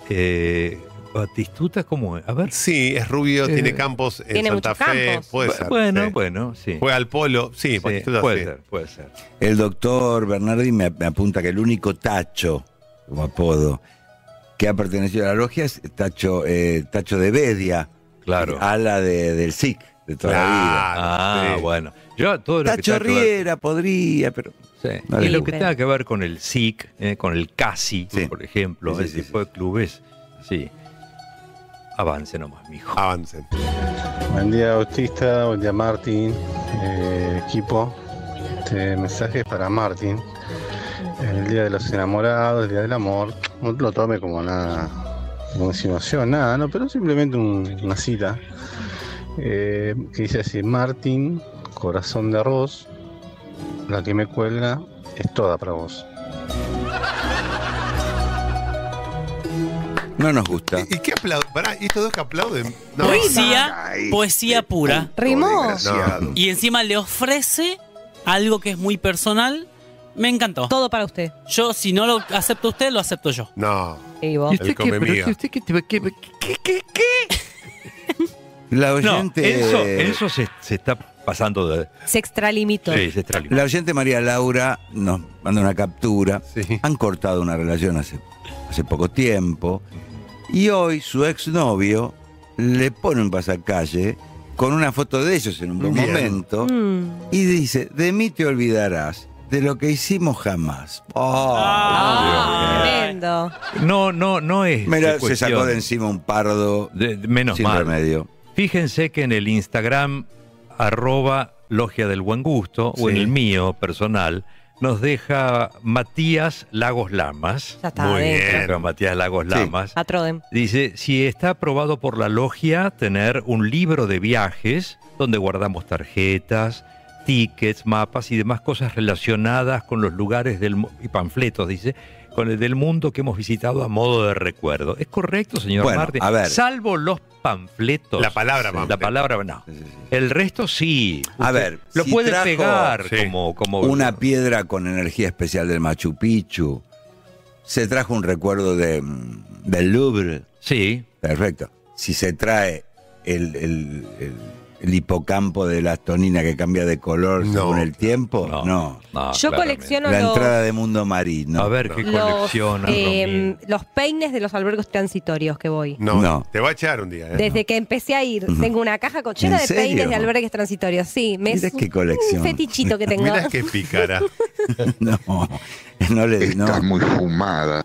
S3: Que- eh, ¿Batistuta cómo es? A ver.
S5: Sí, es rubio,
S3: Eh,
S5: tiene campos en
S3: tiene
S5: Santa
S3: muchos
S5: Fe.
S3: campos.
S5: Puede
S3: Bu-
S5: ser.
S3: bueno,
S5: sí.
S3: bueno, sí.
S5: Juega al polo, sí, Batistuta,
S3: puede
S5: sí.
S3: ser, puede ser.
S2: El doctor Bernardi me, me apunta que el único tacho, como apodo, que ha pertenecido a la logia es Tacho, eh, tacho de Bedia,
S3: claro.
S2: ala de- del SIC. de toda la vida.
S3: Ah, bueno. Yo todo lo que
S2: Tacho
S3: tenga que ver-
S2: Riera podría, pero.
S3: Sí.
S2: No le
S3: y lo que
S2: gusta.
S3: tenga que ver con el SIC, eh, con el CASI, por ejemplo, ese tipo de clubes, sí. Avance nomás, mijo.
S5: Avancen.
S14: Buen día Bautista, buen día Martín, eh, equipo. Este mensaje es para Martín. El día de los enamorados, el día del amor. No lo tome como nada, como insinuación, nada, no, pero simplemente un- una cita. eh, que dice así, Martín, corazón de arroz, la que me cuelga es toda para vos.
S2: No nos gusta.
S5: ¿Y qué aplauden? Pará, ¿y estos dos que aplauden?
S4: poesía, poesía pura.
S5: Rimó. desgraciado.
S4: Y encima le ofrece algo que es muy personal. Me encantó. Todo para usted. Yo, si no lo acepto usted, lo acepto yo.
S5: No.
S4: ¿Y vos?
S5: Él
S4: ¿Y usted qué?
S5: come
S4: Pero
S5: miga.
S4: que
S3: ¿Usted qué te qué, qué, qué,
S2: La
S3: No,
S2: oyente.
S3: Enzo, Enzo se, se está pasando de.
S6: Se extralimitó.
S3: Sí, se extralimitó.
S2: La oyente María Laura nos manda una captura. Han cortado una relación hace, hace poco tiempo. Y hoy su exnovio le pone un pasacalle con una foto de ellos en un buen
S5: Bien.
S2: momento. Y dice, de mí te olvidarás, de lo que hicimos jamás. Oh,
S6: Tremendo.
S3: No, no, no es.
S2: Mira, se
S3: Este, cuestión.
S2: sacó de encima un pardo.
S3: De- de- menos
S2: sin
S3: mal.
S2: remedio.
S3: Fíjense que en el Instagram, arroba logia del buen gusto, o en
S2: Sí.
S3: el mío personal, nos deja Matías Lagos Lamas.
S6: Ya está Muy adentro. bien.
S3: Deja Matías Lagos Lamas.
S6: A Trodem.
S3: Dice, si está aprobado por la logia tener un libro de viajes donde guardamos tarjetas, tickets, mapas y demás cosas relacionadas con los lugares del mu- y panfletos, dice, con el del mundo que hemos visitado a modo de recuerdo. ¿Es correcto, señor
S2: Bueno,
S3: Martín?
S2: a ver.
S3: Salvo los panfletos.
S5: La palabra
S3: La
S5: panfleto.
S3: palabra no. El resto sí.
S2: A
S3: Usted
S2: ver,
S3: lo
S2: si
S3: puede
S2: trajo
S3: pegar como, como
S2: una piedra con energía especial del Machu Picchu. Se trajo un recuerdo de, mm, del Louvre.
S3: Sí.
S2: Perfecto. Si se trae el, el- el- el hipocampo de la astonina que cambia de color según el tiempo, no. Ah,
S6: Yo claramente. colecciono
S2: la
S6: los-
S2: entrada de Mundo Marino.
S3: A ver, ¿qué colecciona?
S6: eh, los peines de los albergos transitorios que voy.
S5: No, Te va a echar un día. ¿eh?
S6: Desde que empecé a ir,
S5: Ujú.
S6: tengo una caja con- llena
S5: ¿En
S6: de
S5: serio?
S6: peines de albergues transitorios. Sí, me
S2: Mirá
S6: es
S2: qué
S6: un
S2: colección.
S6: fetichito que tengo.
S5: Mirá qué pícara.
S2: No, no le Está muy fumada.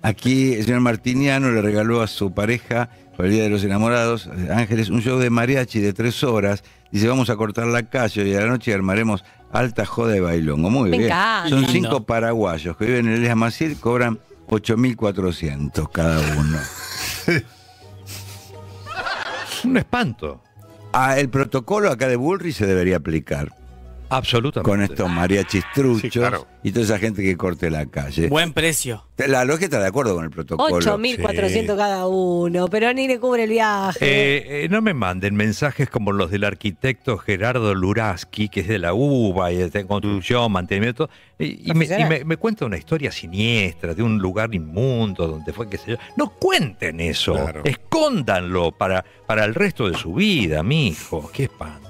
S2: Aquí el señor Martiniano le regaló a su pareja, por el Día de los Enamorados, eh, Ángeles, un show de mariachi de tres horas. Dice, vamos a cortar la calle y a la noche armaremos alta joda de bailongo. Muy
S6: Me
S2: bien.
S6: encanta.
S2: Son
S6: Lindo.
S2: cinco paraguayos que viven en el Elías Maciel, cobran 8.400 cada uno.
S3: un espanto.
S2: Ah, el protocolo acá de Bullrich se debería aplicar.
S3: Absolutamente.
S2: Con estos mariachis truchos y toda esa gente que corte la calle.
S4: Buen precio.
S2: La logia está de acuerdo con el protocolo.
S6: 8.400 cada uno, pero ni le cubre el viaje.
S3: Eh, eh, no me manden mensajes como los del arquitecto Gerardo Luraski, que es de la UBA y de construcción, mantenimiento. Y, y me, y me- me cuenta una historia siniestra de un lugar inmundo donde fue que se... No cuenten eso. Escóndanlo para, para el resto de su vida, mijo. Qué espanto.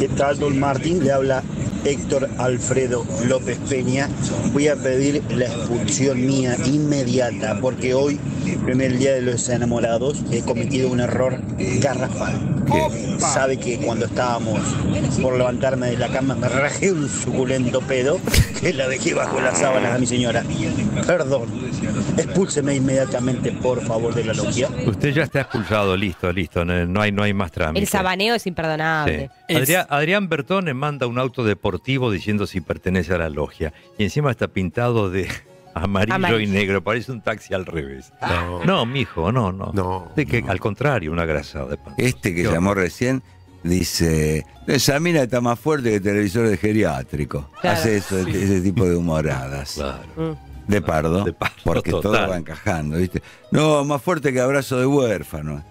S15: ¿Qué tal, don Martín? Le habla Héctor Alfredo López Peña. Voy a pedir la expulsión mía inmediata porque hoy, primer día de los enamorados, he cometido un error garrafal. Sabe que cuando estábamos por levantarme de la cama me rajé un suculento pedo que la dejé bajo las sábanas a mi señora. Perdón, expúlseme inmediatamente, por favor, de la logia.
S3: Usted ya está expulsado, listo, listo. No, no hay, no hay más trámite.
S6: El sabaneo es
S3: Sí.
S6: imperdonable.
S3: Adrián, Adrián Bertone manda un auto deportivo diciendo si pertenece a la logia. Y encima está pintado de amarillo, y
S6: Amarillo.
S3: negro. Parece un taxi al revés. No, mijo, no, no. De que, Al contrario, una grasada de pan.
S2: Este que llamó recién dice, esa mina está más fuerte que el televisor de geriátrico.
S3: Claro.
S2: Hace eso,
S3: Sí.
S2: ese tipo de humoradas. De pardo, porque todo
S3: total.
S2: va encajando, ¿viste? No, más fuerte que abrazo de huérfano.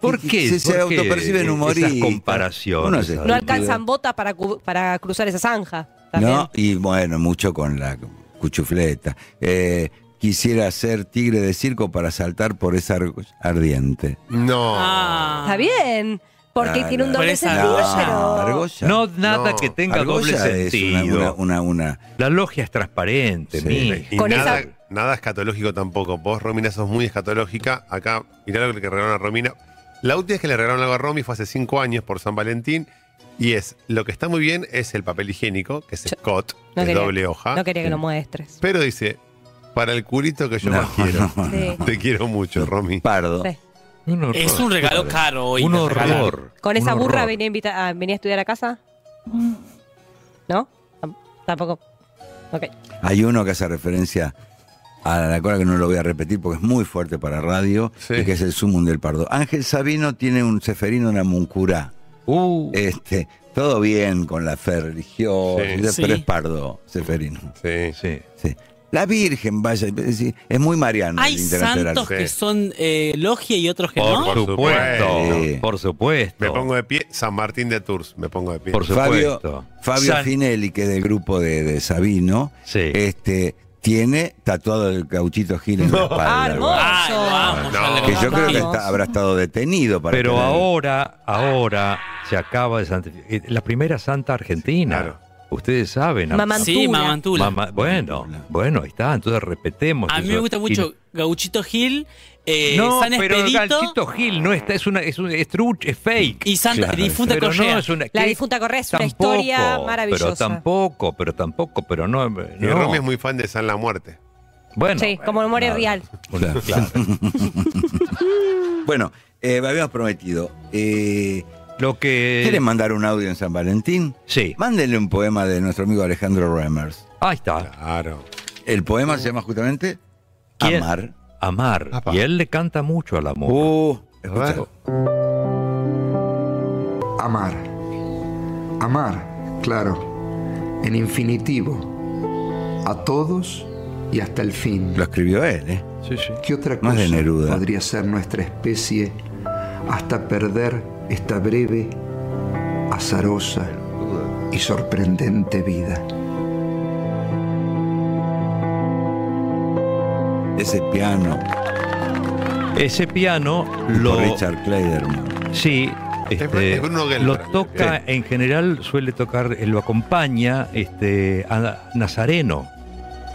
S3: ¿Por qué?
S2: Se, se
S3: ¿Por qué
S2: autoperciben
S3: esas
S2: humoristas.
S3: comparaciones,
S2: Uno se-
S6: No alcanzan botas para, cu- para cruzar esa zanja. También.
S2: No, y bueno, mucho con la cuchufleta. Eh, quisiera ser tigre de circo para saltar por esa ar- ardiente.
S5: No.
S6: Está bien, porque
S2: Ah,
S6: tiene un
S2: no.
S6: doble sentido, pero-
S2: Ah, argolla.
S3: No, nada
S2: No.
S3: que tenga
S2: Argolla
S3: doble
S2: es una-
S3: sentido.
S2: una- una-
S3: La logia es transparente, mijo.
S5: Y nada, nada escatológico tampoco. Vos, Romina, sos muy escatológica. Acá, mirá lo que regaló a Romina. La última vez que le regalaron algo a Romy fue hace cinco años por San Valentín. Y es, lo que está muy bien es el papel higiénico, que es Scott,
S6: No
S5: de
S6: quería-
S5: doble hoja.
S6: No quería que lo muestres.
S5: Pero dice, para el culito que yo
S2: No,
S5: más quiero.
S2: no,
S6: Sí.
S5: Te quiero mucho, Romy.
S2: Pardo.
S6: Sí.
S4: Es un regalo caro hoy.
S3: Un
S4: de regalar.
S3: horror.
S6: ¿Con esa
S3: un
S6: burra
S3: horror.
S6: venía, a invita- a- venía a estudiar a casa? ¿No? Tam- Tampoco. Ok.
S2: Hay uno que hace referencia a la cola que no lo voy a repetir porque es muy fuerte para radio y que es el sumum del pardo. Ángel Sabino tiene un ceferino, una muncurá. Este, todo bien con la fe religiosa,
S5: Sí.
S2: y de-
S5: Sí.
S2: pero es pardo, ceferino.
S5: Sí.
S3: Sí.
S2: Sí. La Virgen, vaya, es, decir, es muy mariano.
S4: Hay
S2: el internacional.
S4: santos que son eh, logia y otros que
S2: Por
S4: no.
S5: Por supuesto.
S2: Sí.
S3: Por supuesto.
S5: Me pongo de pie. San Martín de Tours, me pongo de pie.
S3: Por
S2: Fabio,
S3: supuesto.
S2: Fabio
S3: San-
S2: Finelli, que es del grupo de, de Sabino, este, tiene tatuado el cauchito Gil en la
S3: Ah,
S2: espalda.
S4: Ah,
S2: algo así.
S4: Ay, lo amo, ya le
S2: que yo creo que
S4: contamos.
S2: está- habrá estado detenido para
S3: Pero
S2: tener-
S3: ahora, ahora se acaba de santificar. La primera santa argentina. Ustedes saben.
S4: Mamantula. Sí, Mamantula.
S3: Mama- bueno, bueno, ahí está. Entonces respetemos.
S4: A mí me
S3: eso.
S4: gusta
S3: Y-
S4: mucho Gauchito Gil, eh,
S3: no,
S4: San
S3: pero el
S4: Expedito.
S3: Gauchito Gil no está, es una, es un es truch, es fake.
S4: Y Santa- Claro, difunta
S3: Pero
S4: Correa.
S3: no es una-
S6: La
S3: ¿qué?
S6: difunta Correa es una
S3: Tampoco,
S6: historia maravillosa.
S3: Pero tampoco, pero tampoco, pero no. no.
S5: Y Romy es muy fan de San La Muerte.
S3: Bueno,
S6: sí, como el More Real.
S2: Claro.
S3: Claro.
S2: bueno, eh, habíamos prometido. eh,
S3: lo que.
S2: ¿Quieren mandar un audio en San Valentín?
S3: Sí.
S2: Mándenle un poema de nuestro amigo Alejandro Remers.
S3: Ahí está.
S5: Claro.
S2: El poema se llama justamente
S3: ¿Quién?
S2: Amar.
S3: Amar. Y él le canta mucho al amor.
S2: Uh, escucha.
S16: Amar. Amar, claro. En infinitivo. A todos y hasta el fin.
S2: Lo escribió él, ¿eh?
S16: ¿Qué otra
S2: Más
S16: cosa
S2: de Neruda.
S16: podría ser nuestra especie hasta perder esta breve, azarosa y sorprendente vida?
S2: Ese piano.
S3: Ese piano
S2: Lo...
S3: lo.
S2: Richard Clayderman.
S3: Sí. este,
S5: es Bruno Gelber,
S3: lo
S5: el
S3: toca en general, suele tocar, eh, lo acompaña este, a Nazareno,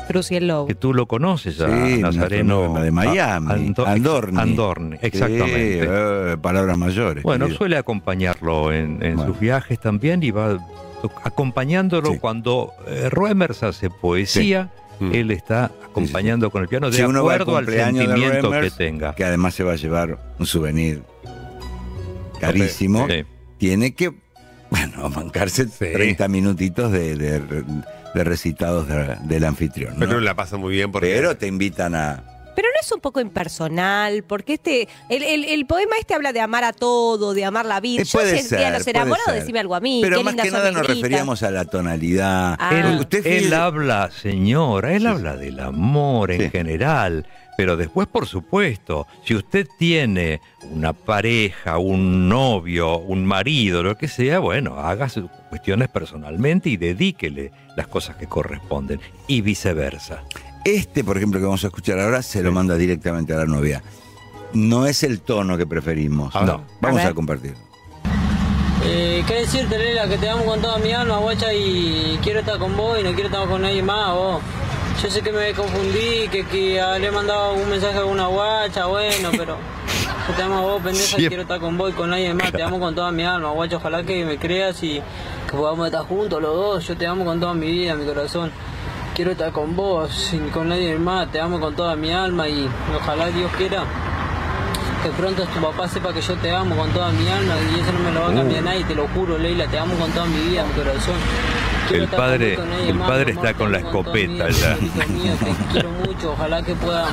S6: Cruz y el Lobo.
S3: que tú lo conoces, a
S2: Sí,
S3: Nazareno.
S2: de Miami.
S3: a- Ando-
S2: Andorni.
S3: Andorni,
S2: Sí,
S3: exactamente.
S2: eh, palabras mayores.
S3: Bueno,
S2: querido.
S3: suele acompañarlo en, en
S2: Bueno.
S3: sus viajes también y va to- acompañándolo cuando eh, Ruemers hace poesía.
S2: Mm.
S3: Él está acompañando con el piano de
S2: Si uno va al
S3: acuerdo al
S2: cumpleaños de
S3: sentimiento que
S2: Remers,
S3: tenga.
S2: que además se va a llevar un souvenir carísimo,
S3: Sí.
S2: tiene que, bueno, bancarse 30 minutitos de, de- de recitados de- del anfitrión. ¿no?
S5: Pero la pasa muy bien porque.
S2: Pero te invitan a...
S6: Pero no es un poco impersonal, porque este, el, el- el poema este habla de amar a todo, de amar la vida.
S2: Eh,
S6: Yo
S2: puede
S6: si
S2: ser,
S6: el día de los
S2: puede
S6: enamorados,
S2: ser.
S6: decime algo a mí.
S2: Pero
S6: qué
S2: más
S6: linda
S2: que
S6: sos,
S2: nada nos
S6: negrita.
S2: referíamos a la tonalidad.
S6: Ah.
S3: Él,
S2: Usted
S3: él
S2: fíjese-
S3: habla, señora, él habla del amor en general, pero después, por supuesto, si usted tiene una pareja, un novio, un marido, lo que sea, bueno, haga sus cuestiones personalmente y dedíquele las cosas que corresponden y viceversa.
S2: Este, por ejemplo, que vamos a escuchar ahora, se lo manda directamente a la novia. No es el tono que preferimos.
S3: A ver.
S2: No, vamos
S17: A ver.
S2: a compartir.
S17: Eh, ¿Qué decirte, Lela? Que te amo con toda mi alma, guacha, y quiero estar con vos y no quiero estar con nadie más, vos. Yo sé que me confundí, que, que ah, le he mandado un mensaje a una guacha, bueno, pero yo te amo a vos, pendeja, y
S3: Siempre.
S17: quiero estar con vos y con nadie más. Te amo con toda mi alma, guacha, ojalá que me creas y que podamos estar juntos los dos. Yo te amo con toda mi vida, mi corazón. Quiero estar con vos y con nadie más. Te amo con toda mi alma y ojalá Dios quiera que pronto tu papá sepa que yo te amo con toda mi alma y eso no me lo va a cambiar nadie, te lo juro, Leila, te amo con toda mi vida, mi corazón.
S3: El
S17: Quiero estar con
S3: padre,
S17: vos, con nadie
S3: el
S17: más,
S3: padre
S17: mi amor,
S3: está con
S17: te
S3: la
S17: amo toda mi
S3: escopeta.
S17: vida,
S3: ya.
S17: chiquito mío, te quiero mucho, ojalá que pueda,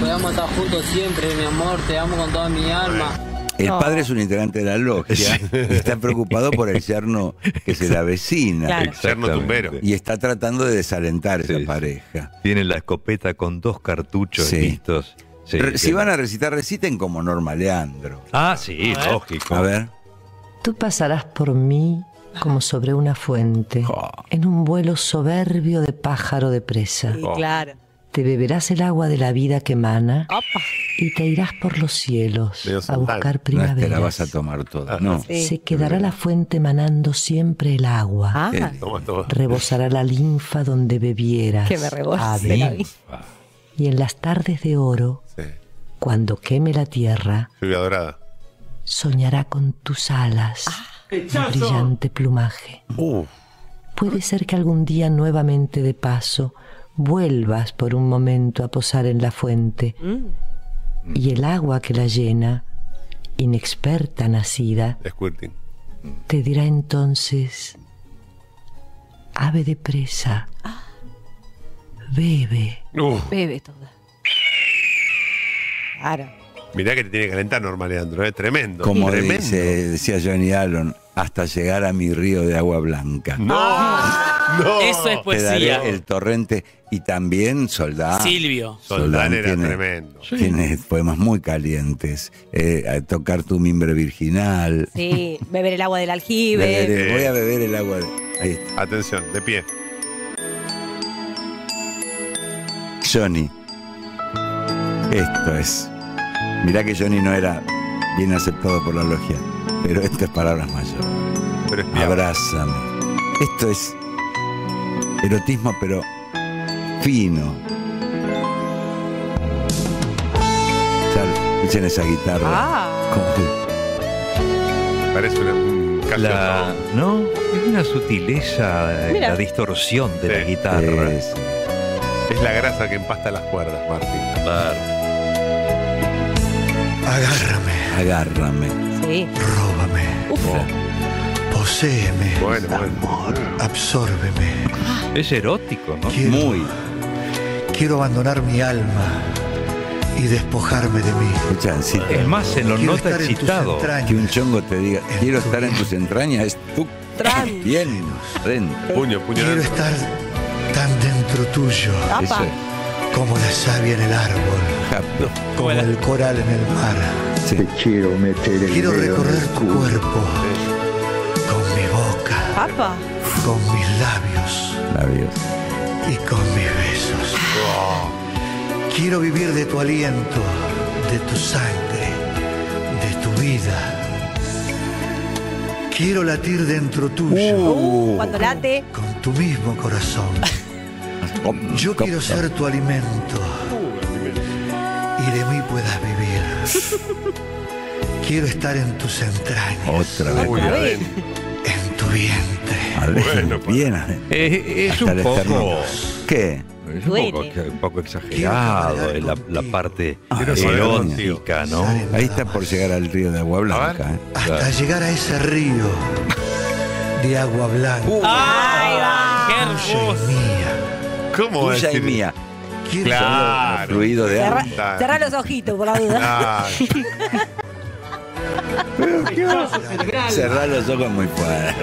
S17: podamos estar juntos siempre, mi amor, te amo con toda mi alma.
S2: El padre es un integrante de la logia y está preocupado por el yerno que se la vecina.
S17: Claro.
S3: El yerno tumbero.
S2: Y está tratando de desalentar esa pareja.
S3: Tiene la escopeta con dos cartuchos
S2: Sí.
S3: listos. Sí,
S2: Re- si
S3: sí.
S2: van a recitar, reciten como Norma Leandro.
S3: Ah, sí,
S2: A ver.
S3: lógico.
S2: A ver.
S18: Tú pasarás por mí como sobre una fuente, en un vuelo soberbio de pájaro de presa.
S6: Sí, claro.
S18: Te beberás el agua de la vida que emana y te irás por los cielos a buscar
S2: No es que la
S18: primavera.
S2: vas a tomar toda, no.
S18: Se quedará la fuente emanando siempre el agua.
S2: Ah.
S18: Rebosará la linfa donde bebieras.
S6: Que me rebose
S18: ave.
S6: la linfa.
S18: Y en las tardes de oro, cuando queme la tierra,
S5: eh, Lluvia dorada.
S18: soñará con tus alas
S6: Ah.
S18: de
S19: ¡Hechazo!
S18: brillante plumaje. Puede ser que algún día nuevamente de paso vuelvas por un momento a posar en la fuente
S5: Mm.
S18: y el agua que la llena, inexperta nacida,
S5: Squirting.
S18: te dirá entonces, ave de presa, bebe.
S5: Uf,
S6: Bebe toda. Claro.
S5: mirá que te tiene que calentar, normal, Leandro. ¿eh? Tremendo.
S2: Como
S5: tremendo.
S2: dice, decía Johnny Allen, hasta llegar a mi río de agua blanca.
S5: No.
S4: Eso es
S2: Te
S4: poesía.
S2: daré el torrente y también Soldán.
S4: Silvio.
S5: Soldán era tremendo.
S2: Tiene poemas muy calientes. Eh, a tocar tu mimbre virginal.
S6: Sí, beber el agua del aljibe.
S2: Beberé- voy a beber el agua. Ahí está.
S5: Atención, de pie.
S2: Johnny. Esto es. Mirá que Johnny no era bien aceptado por la logia, pero esto es palabras mayores. Abrázame. Esto es erotismo, pero fino. Ya, Escuchen esa guitarra.
S3: Ah.
S2: Como-
S5: Parece una un
S3: La, ¿No? Hay una sutileza en
S5: Mira.
S3: la distorsión de la guitarra.
S5: Es la grasa que empasta las cuerdas, Martín.
S20: Agárrame,
S2: agárrame,
S6: Sí.
S20: róbame, Oh, poséeme,
S3: Bueno,
S20: amor, absórbeme.
S3: Es erótico, ¿no?
S20: Quiero- Quiero abandonar mi alma y despojarme de mí.
S2: Escuchan, sí.
S3: Es más, se lo
S20: Quiero
S3: nota
S20: estar en tus
S3: excitado.
S20: entrañas.
S2: Que un chongo te diga, quiero estar en tus entrañas, es tú. Bien, adentro.
S5: Puño, puño
S20: Quiero estar tan dentro tuyo
S2: Apa. Eso
S20: como la savia en el árbol, como el coral en el mar.
S2: Te
S21: quiero meter el
S20: Quiero
S21: dedo en
S20: recorrer
S21: el
S20: tu
S21: culo.
S20: cuerpo con mi boca, con mis labios
S2: Labios.
S20: y con mis besos. Quiero vivir de tu aliento, de tu sangre, de tu vida. Quiero latir dentro tuyo.
S6: Cuando late.
S20: con tu mismo corazón. Yo quiero ser tu alimento y de mí puedas vivir. Quiero estar en tus entrañas,
S2: Otra vez.
S20: Uy, adentro. en tu vientre. pues.
S2: Adentro, bien adentro.
S3: Eh, es
S2: Hasta
S3: un
S2: el
S3: poco.
S2: esternón. ¿Qué?
S3: Es un poco, un poco exagerado eh, la, la parte
S2: Ah,
S3: erótica, ¿no?
S2: eh, Ahí está por llegar al río de Agua Blanca. ¿eh?
S20: Hasta llegar a ese río de agua blanca.
S5: ¿Cómo
S2: Tuya y
S5: decir?
S2: mía.
S5: Claro.
S2: Fluido de
S6: Cerra,
S2: agua.
S6: cerrá los ojitos, por la duda.
S5: Ah,
S2: Cerrar los ojos muy fuerte.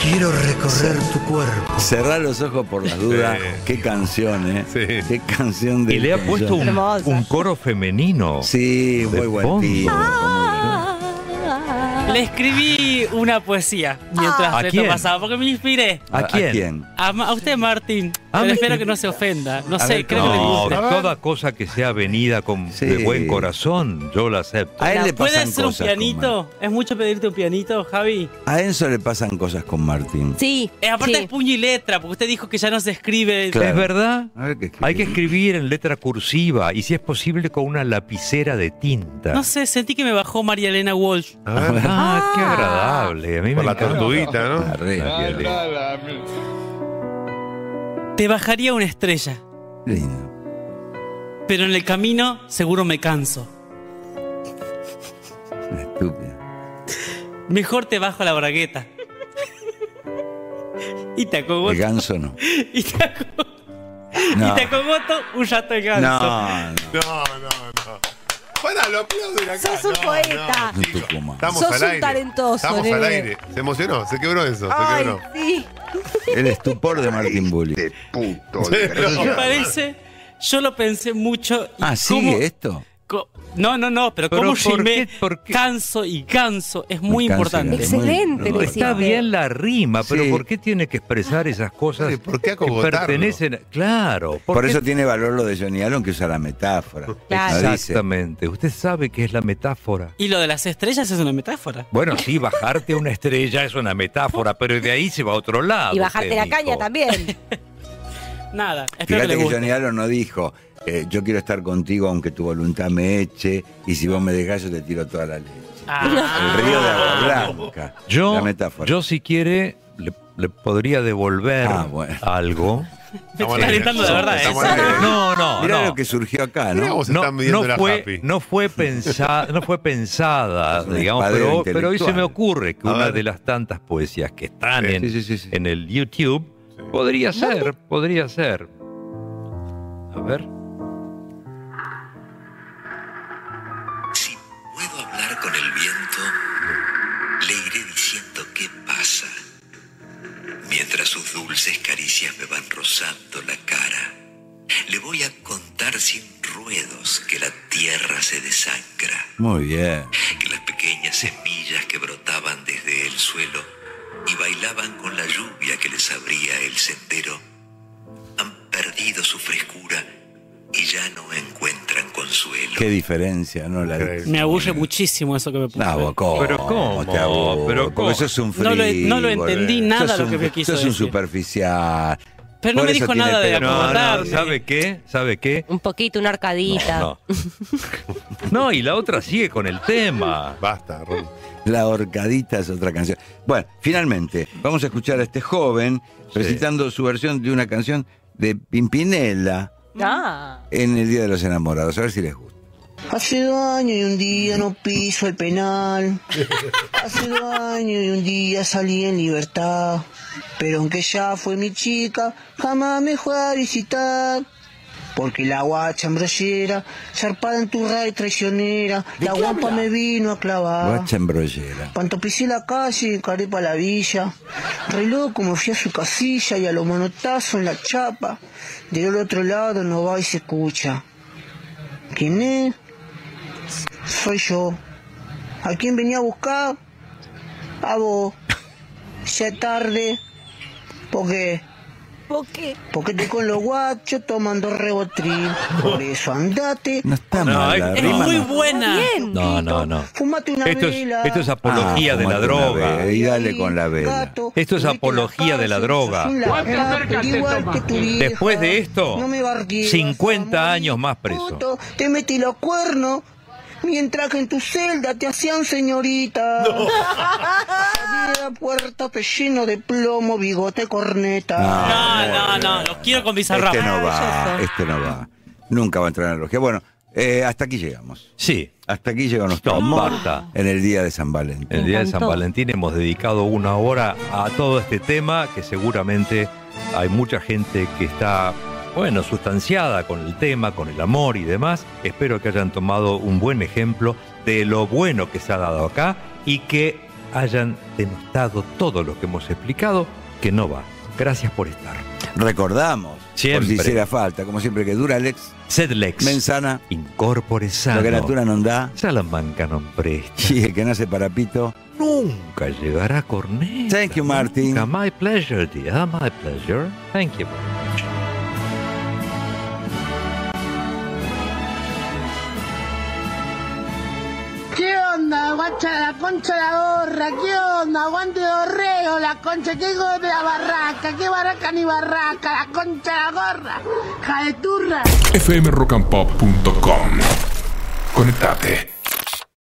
S20: Quiero recorrer tu cuerpo.
S2: Cerrar los ojos por las dudas. Qué canción, ¿eh? Qué canción de.
S3: Y le ha puesto un, un coro femenino.
S2: Sí, muy buen tío.
S4: Le escribí una poesía mientras
S3: Ah. ¿A
S4: esto
S3: quién?
S4: pasaba, porque me inspiré.
S3: ¿A ¿A quién? quién?
S4: A, Ma- a usted, Martín.
S3: Ah,
S4: Pero
S3: me
S4: espero
S3: escribí-
S4: que no se ofenda. No
S3: A
S4: sé,
S3: ver,
S4: creo que le
S3: no,
S4: gusta.
S3: toda cosa que sea venida con de buen corazón, yo la acepto.
S4: ¿Puede ser un pianito? ¿Es mucho pedirte un pianito, Javi? Eh,
S2: A Enzo le pasan cosas con Martín.
S6: Sí.
S4: aparte es puño y letra, porque usted dijo que ya no se escribe.
S3: Es verdad.
S2: A ver qué escribe.
S3: Hay que escribir en letra cursiva y si es posible con una lapicera de tinta.
S4: No sé, sentí que me bajó María Elena Walsh.
S3: Ah, qué agradable. A mí
S5: Por
S3: me
S5: la
S3: encanta.
S5: tortuguita, ¿no?
S3: La re-
S4: Te bajaría una estrella. Pero en el camino seguro me canso.
S2: Estúpido.
S4: Mejor te bajo la bragueta. y te acogoto.
S2: El ganso no.
S4: y te acogoto.
S2: No.
S4: Y te acogoto un rato de
S2: No,
S4: ganso.
S2: no.
S5: No, no, no. Para, lo aplauden acá.
S6: Sos un
S5: No,
S6: poeta.
S5: no, chicos,
S2: Tucumán.
S5: Estamos
S6: Sos
S5: al
S6: un
S5: aire.
S6: talentoso,
S5: Estamos al
S6: nene.
S5: aire. Se emocionó, se quebró eso, se
S6: Ay,
S5: quebró.
S6: sí.
S2: El estupor de Martín Bulli. De Este puto.
S4: Me parece, yo lo pensé mucho. y
S2: Ah,
S4: cómo-
S2: sigue esto.
S4: co- no, no, no, pero,
S3: Pero
S4: cómo
S3: ¿por
S4: rimé canso y ganso es muy
S3: Me canso y
S4: importante.
S3: ganso. Está bien la rima, pero ¿por qué tiene que expresar esas cosas que
S2: acogotarlo?
S3: pertenecen? a- Claro.
S2: Por,
S3: qué
S2: eso tiene valor lo de Johnny Allen que usa la metáfora.
S4: Claro.
S2: No dice,
S3: Exactamente. Usted sabe que es la metáfora.
S4: Y lo de las estrellas es una metáfora.
S3: Bueno, sí, bajarte una estrella es una metáfora, pero de ahí se va a otro lado.
S6: Y bajarte la
S3: técnico.
S6: caña también.
S4: Nada, espero que
S2: Fíjate
S4: le
S2: que
S4: guste.
S2: Johnny Allen no dijo, eh, yo quiero estar contigo aunque tu voluntad me eche y si vos me dejás yo te tiro toda la leche.
S3: Ah.
S2: El río de agua blanca.
S3: Yo,
S2: La metáfora. Ah,
S3: yo si quiere, le, le podría devolver algo.
S2: Me está alentando de verdad, ¿eh? Estamos en el-
S3: No, no,
S2: Mirá
S3: no.
S2: lo que surgió acá, ¿no?
S3: No, no fue, no fue pensada, no fue pensada,
S2: Es un
S3: digamos,
S2: espadeo
S3: pero, pero hoy se
S2: intelectual.
S3: me ocurre que
S2: A
S3: una
S2: ver.
S3: de las tantas poesías que están en, en el YouTube podría ser, podría ser. A ver.
S19: Puedo hablar con el viento, le iré diciendo qué pasa, mientras sus dulces caricias me van rozando la cara. Le voy a contar sin ruedos que la tierra se desangra,
S2: Muy bien.
S19: que las pequeñas semillas que brotaban desde el suelo y bailaban con la lluvia que les abría el sendero, han perdido su frescura y ya no encuentran consuelo.
S2: Qué diferencia, ¿no? La
S4: Me aburre muchísimo eso que me puso.
S2: No, vos, ¿cómo?
S4: Pero
S3: ¿cómo?
S2: Te aburro,
S3: Pero
S2: porque
S3: ¿cómo?
S2: sos un
S4: No lo-
S2: frívolo,
S4: e-
S2: eh.
S4: no lo entendí nada
S2: sos
S4: lo
S2: un-
S4: que me quiso
S2: Sos un
S4: decir.
S2: superficial.
S4: Pero no
S2: Por
S4: me
S2: eso
S4: dijo
S2: tiene
S4: nada
S2: el
S4: de
S2: pelo-
S3: No, no,
S4: acomodarme.
S3: ¿sabe qué? ¿Sabe qué?
S6: Un poquito, una arcadita.
S3: No, no. No, y la otra sigue con el tema.
S5: Basta,
S2: La horcadita es otra canción. Bueno, finalmente, vamos a escuchar a este joven recitando su versión de una canción de Pimpinela
S6: Ah.
S2: en el Día de los Enamorados. A ver si les gusta.
S21: Hace dos años y un día no piso el penal. Hace dos años y un día salí en libertad. Pero aunque ya fue mi chica, jamás me fue a visitar. Porque la guacha embrollera, zarpada en tu y traicionera, la guapa me vino a clavar.
S2: Guacha embrollera.
S21: Cuando pisé la calle, encaré para la villa. Re loco me fui a su casilla y a los monotazos en la chapa. Del otro lado no va y se escucha. ¿Quién es? Soy yo. ¿A quién venía a buscar? A vos. Ya es tarde. ¿Por qué?
S6: ¿Por qué?
S21: Porque estoy con los guachos tomando rebotril. Por eso andate. No
S2: está
S3: mal, la
S4: Es muy buena.
S3: No, no, no.
S21: Fumate una
S3: Esto es,
S21: vela.
S3: esto es apología
S2: Ah,
S3: de la
S2: fumate una
S3: droga.
S2: vela, y dale con la vela.
S3: Esto es apología de la droga.
S21: Sin la capa, igual que tu vieja.
S3: Después de esto,
S21: No me barguees,
S3: 50 años más preso.
S21: puto, te metí los cuernos mientras que en tu celda te hacían señorita.
S22: No.
S21: Abrí la puerta pellino de plomo, bigote, corneta.
S4: No, no, no, lo quiero con Bizarrap.
S2: Ah, Este no va, este no va. Nunca va a entrar en la logia. Bueno, eh, hasta aquí llegamos.
S3: Sí.
S2: Hasta aquí llegó nuestro
S3: No,
S2: amor
S3: basta.
S2: en el Día de San Valentín.
S3: El día de San Valentín hemos dedicado una hora a todo este tema que seguramente hay mucha gente que está, bueno, sustanciada con el tema, con el amor y demás. Espero que hayan tomado un buen ejemplo de lo bueno que se ha dado acá y que hayan denostado todo lo que hemos explicado que no va. Gracias por estar.
S2: Recordamos,
S3: Siempre.
S2: por si hiciera falta, como siempre, que dura Lex.
S3: Sed Lex.
S2: Mensana.
S3: Incorpore sano.
S2: Lo que natura non da.
S3: Salamanca non presta.
S2: Y el que nace para pito.
S3: Nunca llegará Corneta.
S2: Thank you, Martin.
S3: Nunca. My pleasure, dear. My pleasure. Thank you. very much.
S21: ¿Qué onda, guacha, la concha de la gorra? ¿Qué onda, guante de orreo, la concha? ¿Qué hijo de la barraca? ¿Qué barraca ni barraca? La concha de la gorra, jadeturra.
S23: fmrockandpop.com Conectate.